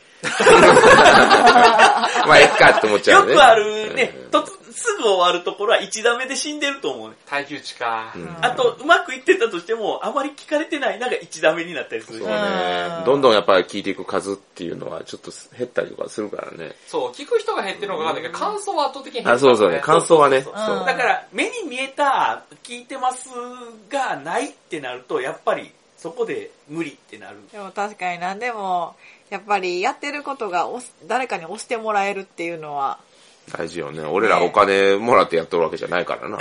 [SPEAKER 1] まあ、いっかって思っちゃ
[SPEAKER 5] よ
[SPEAKER 1] うね。
[SPEAKER 5] くあるね、とつすぐ終わるところは1打目で死んでると思うね。
[SPEAKER 2] 耐久値か。
[SPEAKER 5] あと、うまくいってたとしても、あまり聞かれてない、なんか1打目になったりする
[SPEAKER 1] そ
[SPEAKER 5] し
[SPEAKER 1] う
[SPEAKER 3] だ
[SPEAKER 1] ね
[SPEAKER 3] う。ん
[SPEAKER 1] どんどんやっぱり聞いていく数っていうのはちょっと減ったりとかするからね。
[SPEAKER 2] そう、聞く人が減ってるのかわかんないけど、感想は圧倒的に減
[SPEAKER 1] あ、
[SPEAKER 2] ってる
[SPEAKER 1] そう
[SPEAKER 2] ね
[SPEAKER 1] そうね。感想はね。
[SPEAKER 2] そう
[SPEAKER 3] そう
[SPEAKER 1] そう
[SPEAKER 5] だから、目に見えた、聞いてますがないってなると、やっぱり、そこで無理ってなる。
[SPEAKER 3] でも確かになんでも、やっぱりやってることが押す誰かに押してもらえるっていうのは、
[SPEAKER 1] 大事よね。俺らお金もらってやってるわけじゃないからな。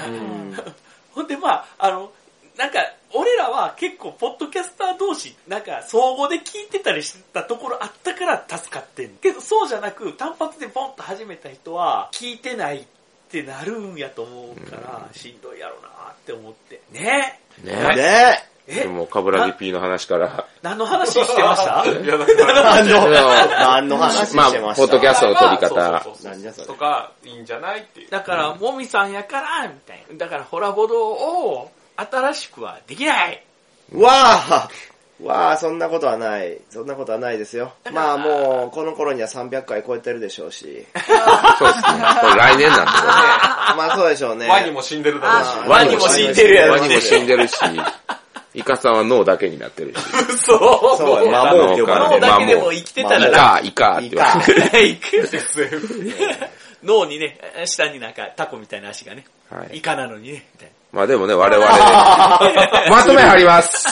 [SPEAKER 5] ほんで、まあ、あの、なんか、俺らは結構、ポッドキャスター同士、なんか、総合で聞いてたりしたところあったから助かってん。けど、そうじゃなく、単発でポンと始めた人は、聞いてないってなるんやと思うから、しんどいやろうなって思って。ね
[SPEAKER 4] ね
[SPEAKER 1] ね
[SPEAKER 5] え
[SPEAKER 1] でも、カブラギ P の話から。
[SPEAKER 5] 何の話してました
[SPEAKER 2] いや、だから、
[SPEAKER 4] 何の、
[SPEAKER 1] でも
[SPEAKER 4] 何の話して
[SPEAKER 1] ま
[SPEAKER 4] ま
[SPEAKER 1] あ
[SPEAKER 4] し
[SPEAKER 1] ポ
[SPEAKER 4] た、、
[SPEAKER 1] ッドキャストの取り
[SPEAKER 2] そう
[SPEAKER 1] 方
[SPEAKER 2] そ。うそう
[SPEAKER 4] なんじゃそれ
[SPEAKER 2] とか、いいんじゃないっていう。
[SPEAKER 5] だから、もみさんやから、みたいな。だから、ホラボドを新しくはできない。
[SPEAKER 4] わあわあそんなことはない。そんなことはないですよ。まあもう、この頃には300回超えてるでしょうし。
[SPEAKER 1] そうですね。これ来年なんですよね。
[SPEAKER 4] まあそうでしょうね。
[SPEAKER 2] ワニも死んでるだろうし。
[SPEAKER 4] あ
[SPEAKER 5] ワニも死んでるやろ
[SPEAKER 1] ワニも死んでるし、イカさんは脳だけになってるし。
[SPEAKER 5] そう
[SPEAKER 4] そうや、
[SPEAKER 1] あ
[SPEAKER 4] 魔
[SPEAKER 1] の
[SPEAKER 4] 王って呼ばれ
[SPEAKER 5] 脳
[SPEAKER 4] てる。
[SPEAKER 5] だけでも生きてたら
[SPEAKER 1] イ
[SPEAKER 5] 楽
[SPEAKER 1] カ、イカって言われて。
[SPEAKER 5] いく。 脳にね、下になんかタコみたいな足がね、
[SPEAKER 1] はい
[SPEAKER 5] イカなのにね、みたい
[SPEAKER 1] まあでもね、我々、 まとめあります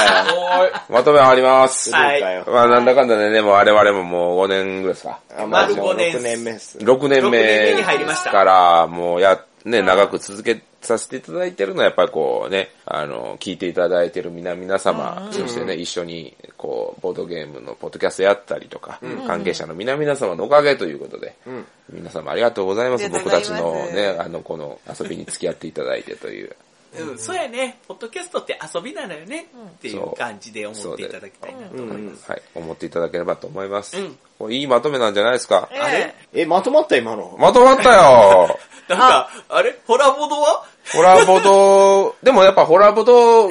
[SPEAKER 2] おい
[SPEAKER 1] まとめあります。
[SPEAKER 5] な。は
[SPEAKER 4] そうか
[SPEAKER 5] い。
[SPEAKER 4] よ
[SPEAKER 1] まあなんだかんだでね、もう我々ももう5年ぐらいですか。
[SPEAKER 4] あまあ
[SPEAKER 5] 丸
[SPEAKER 4] もう
[SPEAKER 5] 五年
[SPEAKER 4] 6年目です。
[SPEAKER 1] 6年目
[SPEAKER 5] 六年目に
[SPEAKER 1] で
[SPEAKER 5] 入りますした
[SPEAKER 1] から、もうや、ね、長く続けさせていただいてるのは、やっぱりこうね、あの、聞いていただいてる皆皆様、そしてね、一緒に、こう、ボードゲームのポッドキャストやったりとか、関係者の皆々様のおかげということで、皆様ありがとうございます。
[SPEAKER 3] ありがと
[SPEAKER 1] 僕
[SPEAKER 3] うござ
[SPEAKER 1] た
[SPEAKER 3] いま
[SPEAKER 1] ち
[SPEAKER 3] す
[SPEAKER 1] のね、あの、この遊びに付き合っていただいてという。
[SPEAKER 5] うん、そうやね、ポッドキャストって遊びなのよね、っていう感じで思っていただきたいなと思います。
[SPEAKER 1] はい、思っていただければと思います。これいいまとめなんじゃないですか。
[SPEAKER 3] え
[SPEAKER 5] あれ
[SPEAKER 4] え、まとまった今の。
[SPEAKER 1] まとまった よ
[SPEAKER 5] なんか、あれホラボドは
[SPEAKER 1] ホラボド、でもやっぱホラボド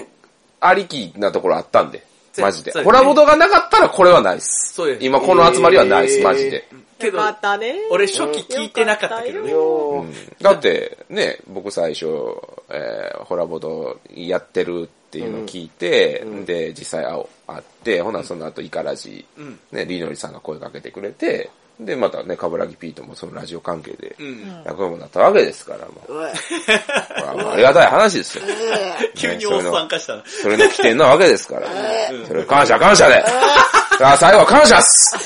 [SPEAKER 1] ありきなところあったんで、マジで。
[SPEAKER 5] そう
[SPEAKER 1] ホラボドがなかったらこれはないっす。
[SPEAKER 5] そうやね
[SPEAKER 1] 今この集まりはないっ
[SPEAKER 4] え
[SPEAKER 1] す、
[SPEAKER 4] ー
[SPEAKER 1] マジで。
[SPEAKER 5] け
[SPEAKER 3] よ
[SPEAKER 5] ど
[SPEAKER 3] か、ったね。
[SPEAKER 5] 俺初期聞いてなかったけどね。
[SPEAKER 4] よ
[SPEAKER 1] う
[SPEAKER 4] ー
[SPEAKER 1] んだってね、僕最初、えーホラボドやってるっていうのを聞いて、で、実際会会って、ほなその後イカラジ、
[SPEAKER 5] ん
[SPEAKER 1] ね、りのりさんが声かけてくれて、で、またね、かぶらぎピートもそのラジオ関係で
[SPEAKER 5] うん。
[SPEAKER 1] 仲良くなったわけですから、ま
[SPEAKER 4] うわ
[SPEAKER 1] あ、ほらまあありがたい話ですよ。
[SPEAKER 5] 急におっさん化したの。
[SPEAKER 1] それの起点なわけですから。それ感謝感謝で。さあ、最後は感謝っす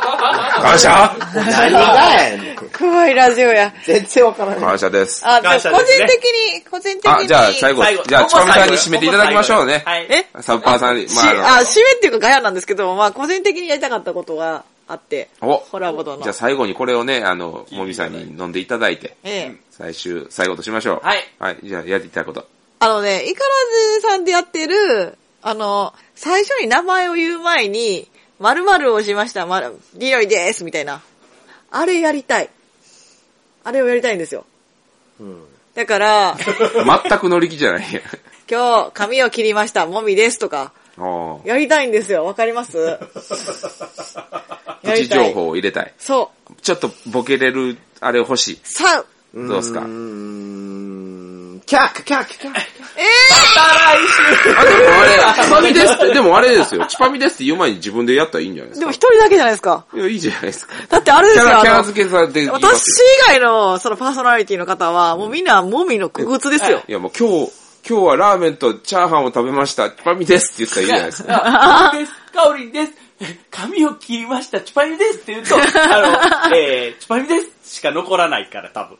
[SPEAKER 1] 感謝
[SPEAKER 4] 何がやねん。
[SPEAKER 3] クワイラジオや。
[SPEAKER 4] 全然わからない。
[SPEAKER 1] 感謝です。
[SPEAKER 3] あ、で
[SPEAKER 5] 感
[SPEAKER 3] も
[SPEAKER 5] 謝
[SPEAKER 3] 個人
[SPEAKER 5] ですね
[SPEAKER 3] 的に、個人的に。
[SPEAKER 1] あ、じゃあ最後
[SPEAKER 5] 最後、
[SPEAKER 1] じゃあ、ち
[SPEAKER 5] ほ
[SPEAKER 1] か
[SPEAKER 5] ぼ
[SPEAKER 1] み
[SPEAKER 5] 最後
[SPEAKER 1] さんに締めていただきましょうね。
[SPEAKER 5] はい。
[SPEAKER 3] え
[SPEAKER 1] サッパーさんに、
[SPEAKER 3] し
[SPEAKER 1] まあ
[SPEAKER 3] あ、締めっていうかガヤなんですけど、まあ個人的にやりたかったことがあって、
[SPEAKER 1] あの、
[SPEAKER 3] ホラボド
[SPEAKER 1] お、
[SPEAKER 3] の。
[SPEAKER 1] じゃあ最後にこれをね、あの、もみさんに飲んでいただいて、
[SPEAKER 3] ええ。
[SPEAKER 1] 最終、最後としましょう。
[SPEAKER 5] はい。
[SPEAKER 1] はい、じゃあやっていただくこと。
[SPEAKER 3] あのね、イカラジさんでやってる、あの、最初に名前を言う前に、〇〇をしました、まる、リロイです、みたいな。あれやりたい。あれをやりたいんですよ。だから、
[SPEAKER 1] 全く乗り気じゃない。
[SPEAKER 3] 今日、髪を切りました、もみですとか、
[SPEAKER 1] おー
[SPEAKER 3] やりたいんですよ。わかります
[SPEAKER 1] プチ情。報を入れたい。
[SPEAKER 3] そう。
[SPEAKER 1] ちょっとボケれる、あれ欲しい。
[SPEAKER 3] さう。
[SPEAKER 1] どうですか
[SPEAKER 4] うーん。キャッキャッキャッ
[SPEAKER 3] え
[SPEAKER 1] あ、でもあれ、チパミですって、でもあれですよ。チパミですって言う前に自分でやったらいいんじゃないで
[SPEAKER 3] ー、
[SPEAKER 1] す
[SPEAKER 3] でも
[SPEAKER 1] か。
[SPEAKER 3] 一人だけじゃないですか。
[SPEAKER 1] いや、いいじゃないですか。
[SPEAKER 3] だってあれで
[SPEAKER 1] キ
[SPEAKER 3] す
[SPEAKER 1] ャ
[SPEAKER 3] よ、
[SPEAKER 1] ラ、キャ
[SPEAKER 3] あ
[SPEAKER 1] ラ
[SPEAKER 3] の、
[SPEAKER 1] 付けされていきます
[SPEAKER 3] 私以外の、そのパーソナリティの方は、もうみんな、もみのくぐつですよ
[SPEAKER 1] よ。。いや、もう今日、今日はラーメンとチャーハンを食べました。チパミですって言ったらいいじゃないですか。
[SPEAKER 5] あそうです。かおりんです。髪を切りました。チュパミですって言うと、あの、えー、チュパミですしか残らないから、多分。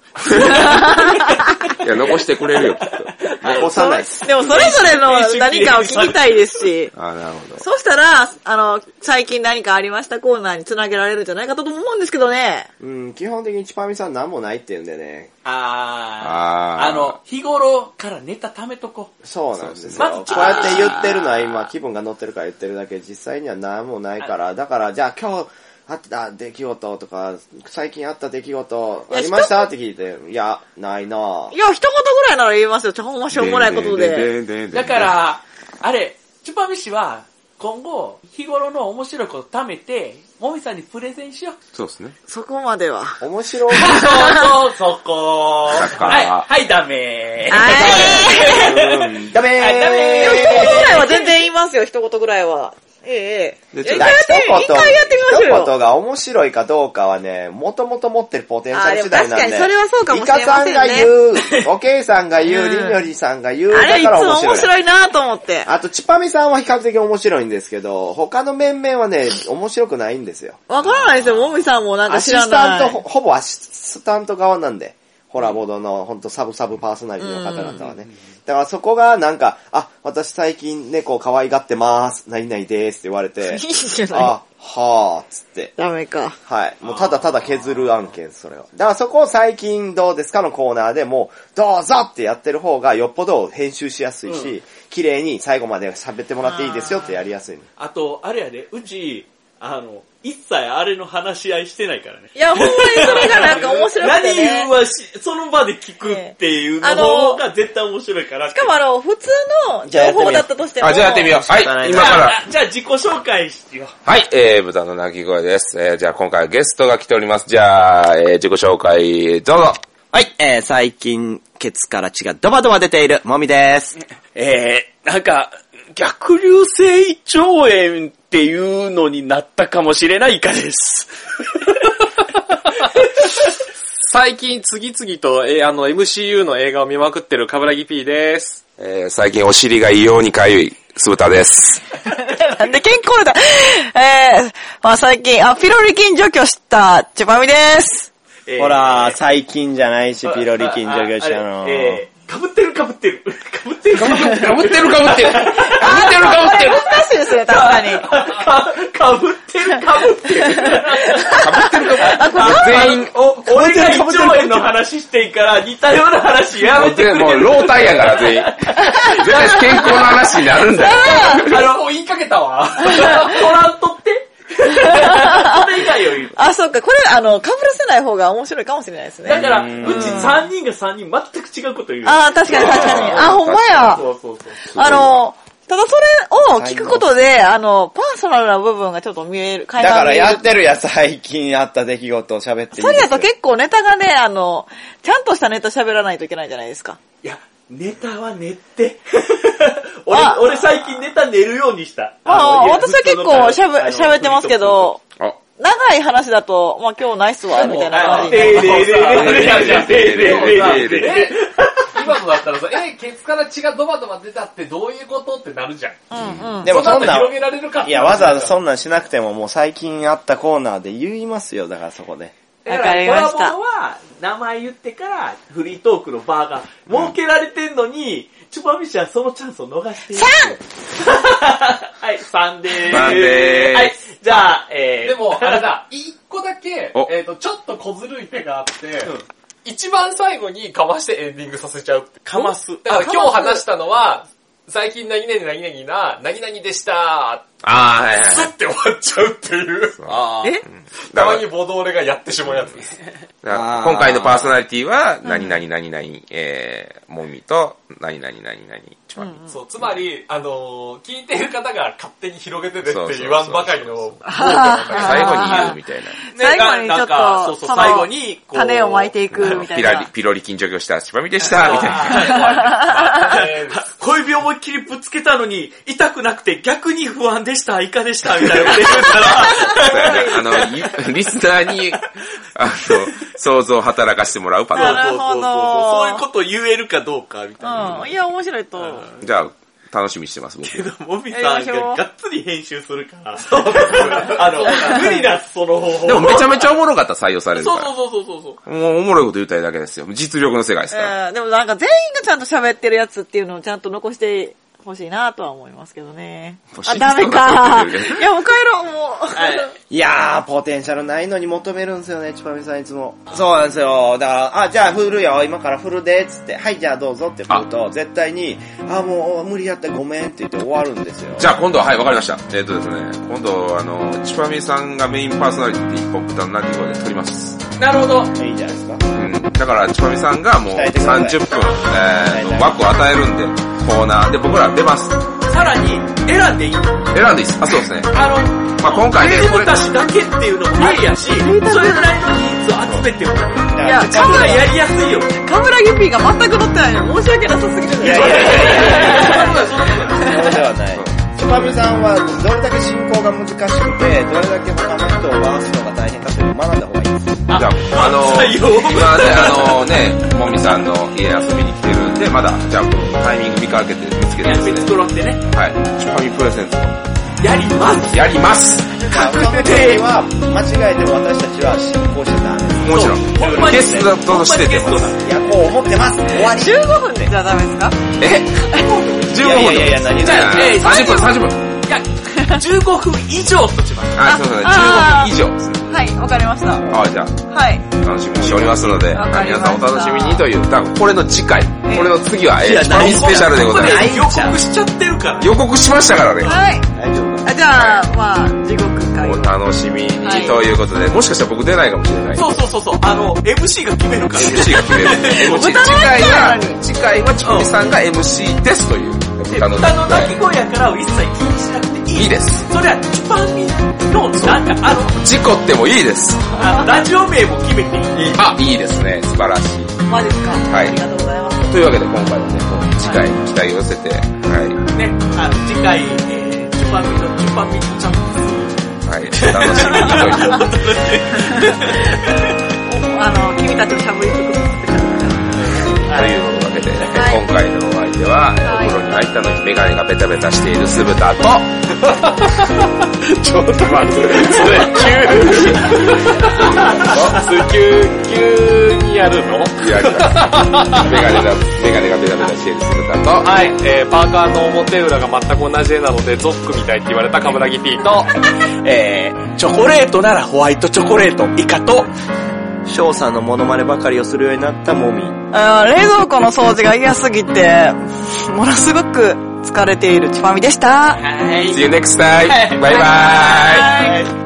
[SPEAKER 1] いや、残してくれるよ、きっと。
[SPEAKER 4] キャ起こさないです。
[SPEAKER 3] でもそれぞれ の何かを聞きたいですし、
[SPEAKER 1] あー、なるほど。
[SPEAKER 3] そうしたら、あの、最近何かありましたコーナーにつなげられるんじゃないかと思うんですけどね。
[SPEAKER 4] うん、基本的にチパミさん何もないって言うんでね。
[SPEAKER 5] あー。
[SPEAKER 1] あー
[SPEAKER 5] あの、日頃からネタ貯めとこう。
[SPEAKER 4] そうなんですよ。
[SPEAKER 5] まず
[SPEAKER 4] こうやって言ってるのは今気分が乗ってるから言ってるだけ、実際には何もないから、だからじゃあ今日あった出来事とか、最近あった出来事ありましたって聞いて、いや、ないなぁ
[SPEAKER 3] い。や、一言ぐらいなら言いますよ。ちょ、ほんましょうもないことで。
[SPEAKER 1] んんんんん
[SPEAKER 5] だか、ら、あれ、チュパミ氏は、今後、日頃の面白いこと貯めて、もみさんにプレゼンしよう。
[SPEAKER 1] そうですね。
[SPEAKER 3] そこまでは。は
[SPEAKER 4] 面白い。
[SPEAKER 5] そうそう、そこ
[SPEAKER 1] だから
[SPEAKER 5] はい、はい、ダメ
[SPEAKER 3] い。
[SPEAKER 5] ー。
[SPEAKER 4] うんダ メ
[SPEAKER 5] はいダメ
[SPEAKER 3] で
[SPEAKER 5] ー
[SPEAKER 3] も一言 ぐらいは全然言いますよ、一言ぐらいは。ええ。
[SPEAKER 1] で
[SPEAKER 3] いや
[SPEAKER 1] ちょっ
[SPEAKER 3] 一回やってみ、一回やってみまし
[SPEAKER 4] 一
[SPEAKER 3] ょうよ。
[SPEAKER 4] 言が面白いかどうかはね、もともと持ってるポテンシャル次第なんで。
[SPEAKER 3] あでも確かにそれはそうかもしれませんね
[SPEAKER 4] イカさんが言う、おけいさんが言う、りんよりさんが言う、
[SPEAKER 3] あれ
[SPEAKER 4] だ
[SPEAKER 3] い
[SPEAKER 4] から
[SPEAKER 3] つ
[SPEAKER 4] 面
[SPEAKER 3] も面
[SPEAKER 4] 白い。
[SPEAKER 3] 白いなと思って。
[SPEAKER 4] あと、ちぱみさんは比較的面白いんですけど、他の面々はね、面白くないんですよ。
[SPEAKER 3] わからないですよ、もみさんもなんか
[SPEAKER 4] アシ
[SPEAKER 3] 知ら
[SPEAKER 4] スタ
[SPEAKER 3] な
[SPEAKER 4] ン
[SPEAKER 3] い。、
[SPEAKER 4] ト、ほほぼアシスタント側なんで、ホラボードの本当サブサブパーソナリティの方々はね。だからそこがなんか、あ、私最近猫を可愛がってます、何々ですって言われて
[SPEAKER 3] いいじゃない。
[SPEAKER 4] あ、はぁ、つって。
[SPEAKER 3] ダメか。
[SPEAKER 4] はい。もうただただ削る案件、それは。だからそこを最近どうですかのコーナーでもう、どうぞってやってる方がよっぽど編集しやすいし、綺麗に最後まで喋ってもらっていいですよってやりやすいね。
[SPEAKER 5] あと、あれやで、うち、あの、一切あれの話し合いしてないからね。
[SPEAKER 3] いや、ほんまにそれがなんか面白くて、ね。
[SPEAKER 5] 何はし、その場で聞くっていうの
[SPEAKER 3] ええあの
[SPEAKER 5] 方が絶対面白いからって。
[SPEAKER 3] しかもあの、普通の
[SPEAKER 4] じゃあや
[SPEAKER 3] 情
[SPEAKER 4] ってみよう
[SPEAKER 3] 報だったとしても。
[SPEAKER 1] あ、じゃあやってみよう。
[SPEAKER 4] 仕方
[SPEAKER 1] は、
[SPEAKER 4] ないい
[SPEAKER 5] じ
[SPEAKER 1] 今
[SPEAKER 5] ゃ
[SPEAKER 1] から。
[SPEAKER 5] あ、じゃあ自己紹介してよ。
[SPEAKER 1] はい、えー、豚の鳴き声です。えー、じゃあ今回はゲストが来ております。じゃあ、えー、自己紹介、どうぞ。
[SPEAKER 6] はい、えー、最近、ケツから血がドバドバ出ている、もみです。
[SPEAKER 5] えー、なんか、逆流性胃腸炎っていうのになったかもしれないイカです。
[SPEAKER 2] 最近次々と、えーあの、MCU の映画を見まくってるカブラギ P です。
[SPEAKER 1] えー、最近お尻が異様にかゆい、酢豚です。
[SPEAKER 3] なんで健康だ。えー、まあ最近、あ、ピロリ菌除去した、ちばみです。
[SPEAKER 5] えー
[SPEAKER 4] ほら、最近じゃないし、ピロリ菌除去した
[SPEAKER 5] あ
[SPEAKER 4] の
[SPEAKER 5] あ。えーかぶってるかぶってる。かぶってるかぶってる。
[SPEAKER 1] ぶってるかぶってる。かぶってるか
[SPEAKER 3] これ難しいですね、確か に。
[SPEAKER 5] かぶってるかぶってる。
[SPEAKER 1] 全員、
[SPEAKER 5] お俺が胃腸炎の話していいから似たような話やめてくれ。
[SPEAKER 1] もう、ロータイやから全員。絶対健康の話になるんだよ。
[SPEAKER 5] あの、もう言いかけた わ。トランと って。それ以外を言う。
[SPEAKER 3] あ、そうか、これ、あの、被らせない方が面白いかもしれないです
[SPEAKER 5] だ
[SPEAKER 3] ね。
[SPEAKER 5] から、うち3人が3人全く違うこと言う。
[SPEAKER 3] あー、確かに確かに。あ、ほんまや。
[SPEAKER 5] そうそうそう。
[SPEAKER 3] あの、ただそれを聞くことで、あの、パーソナルな部分がちょっと見える、
[SPEAKER 4] だ
[SPEAKER 3] 垣間
[SPEAKER 4] か
[SPEAKER 3] 見
[SPEAKER 4] ら
[SPEAKER 3] える
[SPEAKER 4] やってるや、最近あった出来事を喋っていい
[SPEAKER 3] それ
[SPEAKER 4] で
[SPEAKER 3] や
[SPEAKER 4] す
[SPEAKER 3] と
[SPEAKER 4] よ。
[SPEAKER 3] 結構ネタがね、あの、ちゃんとしたネタ喋らないといけないじゃないですか。
[SPEAKER 5] いや、ネタは練って。俺
[SPEAKER 3] あ、
[SPEAKER 5] 俺最近ネタ練るようにした。
[SPEAKER 3] まあ、
[SPEAKER 5] のいや
[SPEAKER 3] 私は結構しゃべ、喋ってますけ。ど、
[SPEAKER 1] あ、
[SPEAKER 3] 長い話だと、まあ今日ないっすわ、みたいな感
[SPEAKER 5] あのフ
[SPEAKER 3] じで。
[SPEAKER 5] リートークとかあてーれやじゃんてーれーれーれーれー
[SPEAKER 2] え、今のだったらさ、え、ケツから血がドバドバ出たってどういうことってなるじゃん。
[SPEAKER 3] うんうん。
[SPEAKER 4] でもそん
[SPEAKER 2] の後
[SPEAKER 4] な
[SPEAKER 2] 広げられるかって
[SPEAKER 4] いや、わざわざそんなんしなくても、もう最近あったコーナーで言いますよ、だからそこで。
[SPEAKER 5] だ
[SPEAKER 3] わ
[SPEAKER 5] か
[SPEAKER 3] からり
[SPEAKER 5] コラ
[SPEAKER 3] ま
[SPEAKER 5] ボ
[SPEAKER 3] した
[SPEAKER 5] は、名前言ってから、フリートークのバーが設けられてんのに、チュパミシはそのチャンスを逃している。はい、3でーす。
[SPEAKER 1] 三でーす
[SPEAKER 5] はい、じゃあ、えー、
[SPEAKER 2] でも、あれだ、一個だけ
[SPEAKER 1] お、
[SPEAKER 2] えっ、と、ちょっと小ずるい手があって、
[SPEAKER 5] ん
[SPEAKER 2] 一番最後にかましてエンディングさせちゃうって。
[SPEAKER 5] かます
[SPEAKER 2] だから今日話したのは、最近何々何々な、何々でした
[SPEAKER 1] あー、はいはい
[SPEAKER 2] ー、スッて終わっちゃうっていう、
[SPEAKER 3] え
[SPEAKER 2] たまにボドーレがやってしまうやつです。
[SPEAKER 1] だから
[SPEAKER 4] あー
[SPEAKER 1] 今回のパーソナリティは、何々何々、えー、もみと、何々何々、ちまみ。
[SPEAKER 2] そう、つまり、あのー聞いてる方が勝手に広げてね
[SPEAKER 1] そうそう
[SPEAKER 2] って
[SPEAKER 1] そう
[SPEAKER 2] 言わんばかりの、
[SPEAKER 1] 最後に言うみたいな。
[SPEAKER 3] 最後にち
[SPEAKER 5] な
[SPEAKER 3] ょっと
[SPEAKER 5] んかそうそう
[SPEAKER 3] その
[SPEAKER 5] 最後にこう
[SPEAKER 3] 種をまいてい
[SPEAKER 1] あ
[SPEAKER 3] く
[SPEAKER 1] の
[SPEAKER 3] みた
[SPEAKER 1] ピ
[SPEAKER 3] い
[SPEAKER 1] ラリ
[SPEAKER 3] な。
[SPEAKER 1] ピロリ菌除去したしばみでした、みたい な。
[SPEAKER 2] えー
[SPEAKER 5] 小指思いっきりぶつけたのに、痛くなくて逆に不安でした、イカでした、みたい なこと言うから、
[SPEAKER 1] そうやねあの、いリスナーに、あの、想像を働かせてもらうパタ
[SPEAKER 3] な
[SPEAKER 1] ー
[SPEAKER 3] るほど
[SPEAKER 5] そういうこと言えるかどうか、 みたいな。
[SPEAKER 3] うん。いや、面白いと思う。
[SPEAKER 1] ン。じゃあ、楽しみにして ます、僕。
[SPEAKER 5] けど、もみさ
[SPEAKER 3] や
[SPEAKER 5] ん
[SPEAKER 3] りましょ
[SPEAKER 5] が
[SPEAKER 3] う
[SPEAKER 5] がっつり編集するから、あの、無理だ、その方法。
[SPEAKER 1] でもめちゃめちゃおもろかったら採用される
[SPEAKER 5] そう
[SPEAKER 1] か
[SPEAKER 5] そうそうそうそう。
[SPEAKER 1] ら。もうおもろいこと言いたいだけですよ。実力の世界ですから。
[SPEAKER 3] うんでもなんか全員がちゃんと喋ってるやつっていうのをちゃんと残してほしいなとは思いますけどね
[SPEAKER 1] もう。
[SPEAKER 3] あ、
[SPEAKER 1] 真
[SPEAKER 3] ダメ
[SPEAKER 1] 実だ
[SPEAKER 3] か。
[SPEAKER 1] と思ってるけど
[SPEAKER 3] いや、もう帰ろう、もう。
[SPEAKER 4] いやー、ポテンシャルないのに求めるんですよね、ちぱみさんいつも。そうなんですよ。だから、あ、じゃあ振るよ、今から振るで、つって、はい、じゃあどうぞって振ると、絶対に、あ、もう無理やった、ごめんって言って終わるんですよ。
[SPEAKER 1] じゃあ今度は、はい、わかりました。えっ、とですね、今度、あの、ちぱみさんがメインパーソナリティ一本豚の鳴き声で撮ります。
[SPEAKER 5] なるほど。
[SPEAKER 4] いいじゃないですか。
[SPEAKER 1] うん。だから、ちぱみさんがもう
[SPEAKER 4] 鍛えてください
[SPEAKER 1] 30分、えー、枠を与えるんで、コーナーで僕ら出ます。
[SPEAKER 5] さらに、選んでいい。
[SPEAKER 1] 選んでいいです。あ、そうですね。
[SPEAKER 5] あの、
[SPEAKER 1] まあ今回ね
[SPEAKER 5] メール
[SPEAKER 1] これ
[SPEAKER 5] 出しだけっていうのも無理やし、それぐらいの人数を集めてもらう。
[SPEAKER 3] いや、
[SPEAKER 5] 多
[SPEAKER 3] カム
[SPEAKER 5] 分
[SPEAKER 3] ラ、
[SPEAKER 5] やりやすいよ。
[SPEAKER 3] カムラユピーが全く乗ってないの申し訳なさすぎるね。
[SPEAKER 4] そうではない。つまみさんはどれだけ進行が難しくて、どれだけ他の人を回すのが大変かというのを学んだ方がいいです。
[SPEAKER 1] じゃあ、あの、
[SPEAKER 5] 採用
[SPEAKER 1] 今ね、あのね、もみさんの家遊びに来てるんで、まだ、じゃあ、タイミング見かけて見つけてですね。
[SPEAKER 5] 作ろうってね。
[SPEAKER 1] はい。チョコミプレゼント。
[SPEAKER 5] やります。
[SPEAKER 1] やります
[SPEAKER 4] 確定は間違えても私たちは進行しちゃダメで
[SPEAKER 1] もちろん
[SPEAKER 5] ほんま。に
[SPEAKER 1] ゲストとしてても。
[SPEAKER 4] す。いや、こう思ってます。終わり。
[SPEAKER 3] 15分でじゃあダメですか
[SPEAKER 1] え ?15 分
[SPEAKER 4] いやいやいや何
[SPEAKER 1] じゃあ
[SPEAKER 5] え、
[SPEAKER 1] 30分、30分。
[SPEAKER 5] いや、15分以上とします。
[SPEAKER 1] あ、そうですね。
[SPEAKER 3] あ
[SPEAKER 1] 15分以上ですね。
[SPEAKER 3] はい、わかりました。
[SPEAKER 1] あ、じゃあ。
[SPEAKER 3] はい。
[SPEAKER 1] 楽しみにしておりますので、
[SPEAKER 3] わかり
[SPEAKER 1] 皆
[SPEAKER 3] ました
[SPEAKER 1] さんお楽しみにという、だからこれの次回、これの次は、えー、パミスペシャルでございます。
[SPEAKER 5] ここで予告しちゃってるから。
[SPEAKER 1] 予告しましたからね。
[SPEAKER 3] はい。
[SPEAKER 4] 大丈夫
[SPEAKER 3] あじゃあ、まあ、地獄か
[SPEAKER 1] お楽しみに
[SPEAKER 3] はい
[SPEAKER 1] ということで、もしかしたら僕出ないかもしれない。
[SPEAKER 5] そうそうそうそう、あの、MC が決めるから。
[SPEAKER 1] MC が決 める。MC 次回は、次回はチコミさんが MC ですという、
[SPEAKER 5] 豚の
[SPEAKER 1] 歌の
[SPEAKER 5] 鳴き声やからを一切気にしなくていい。
[SPEAKER 1] いいです。
[SPEAKER 5] それは、チュパミの、なんか、あの
[SPEAKER 1] 事故ってもいいです。
[SPEAKER 5] あの、ラジオ名も決めていい。
[SPEAKER 1] あ、いいですね。素晴らしい。
[SPEAKER 3] マジですかはいありがとうございます。
[SPEAKER 1] というわけで今回はね、もう次回に期待を寄せて、は
[SPEAKER 5] ね、あの、次回、えー、チュパミの、チュパミのチャン
[SPEAKER 1] い、はい、お楽しみにという。
[SPEAKER 3] あの、君たちのしゃぶり服作って
[SPEAKER 1] というわけで、今回のお相手は、
[SPEAKER 3] はい
[SPEAKER 1] お風呂に入ったのにメガネがベタベタしている酢 豚と、 ちょっと待って、
[SPEAKER 2] 急、急にやるの
[SPEAKER 1] やりますメガネが、メガネがベタベタしている酢豚と、
[SPEAKER 2] はい、えー、パーカーの表裏が全く同じ絵なので、ゾックみたいって言われたカムラギ P と、
[SPEAKER 5] えー、チョコレートならホワイトチョコレート、イカと、
[SPEAKER 4] 翔さんのモノマネばかりをするようになったモミ。
[SPEAKER 3] あー冷蔵庫の掃除が嫌すぎて、ものすごく疲れているチュパミでした。
[SPEAKER 5] はい。
[SPEAKER 1] See you next time! バイバイ
[SPEAKER 3] はい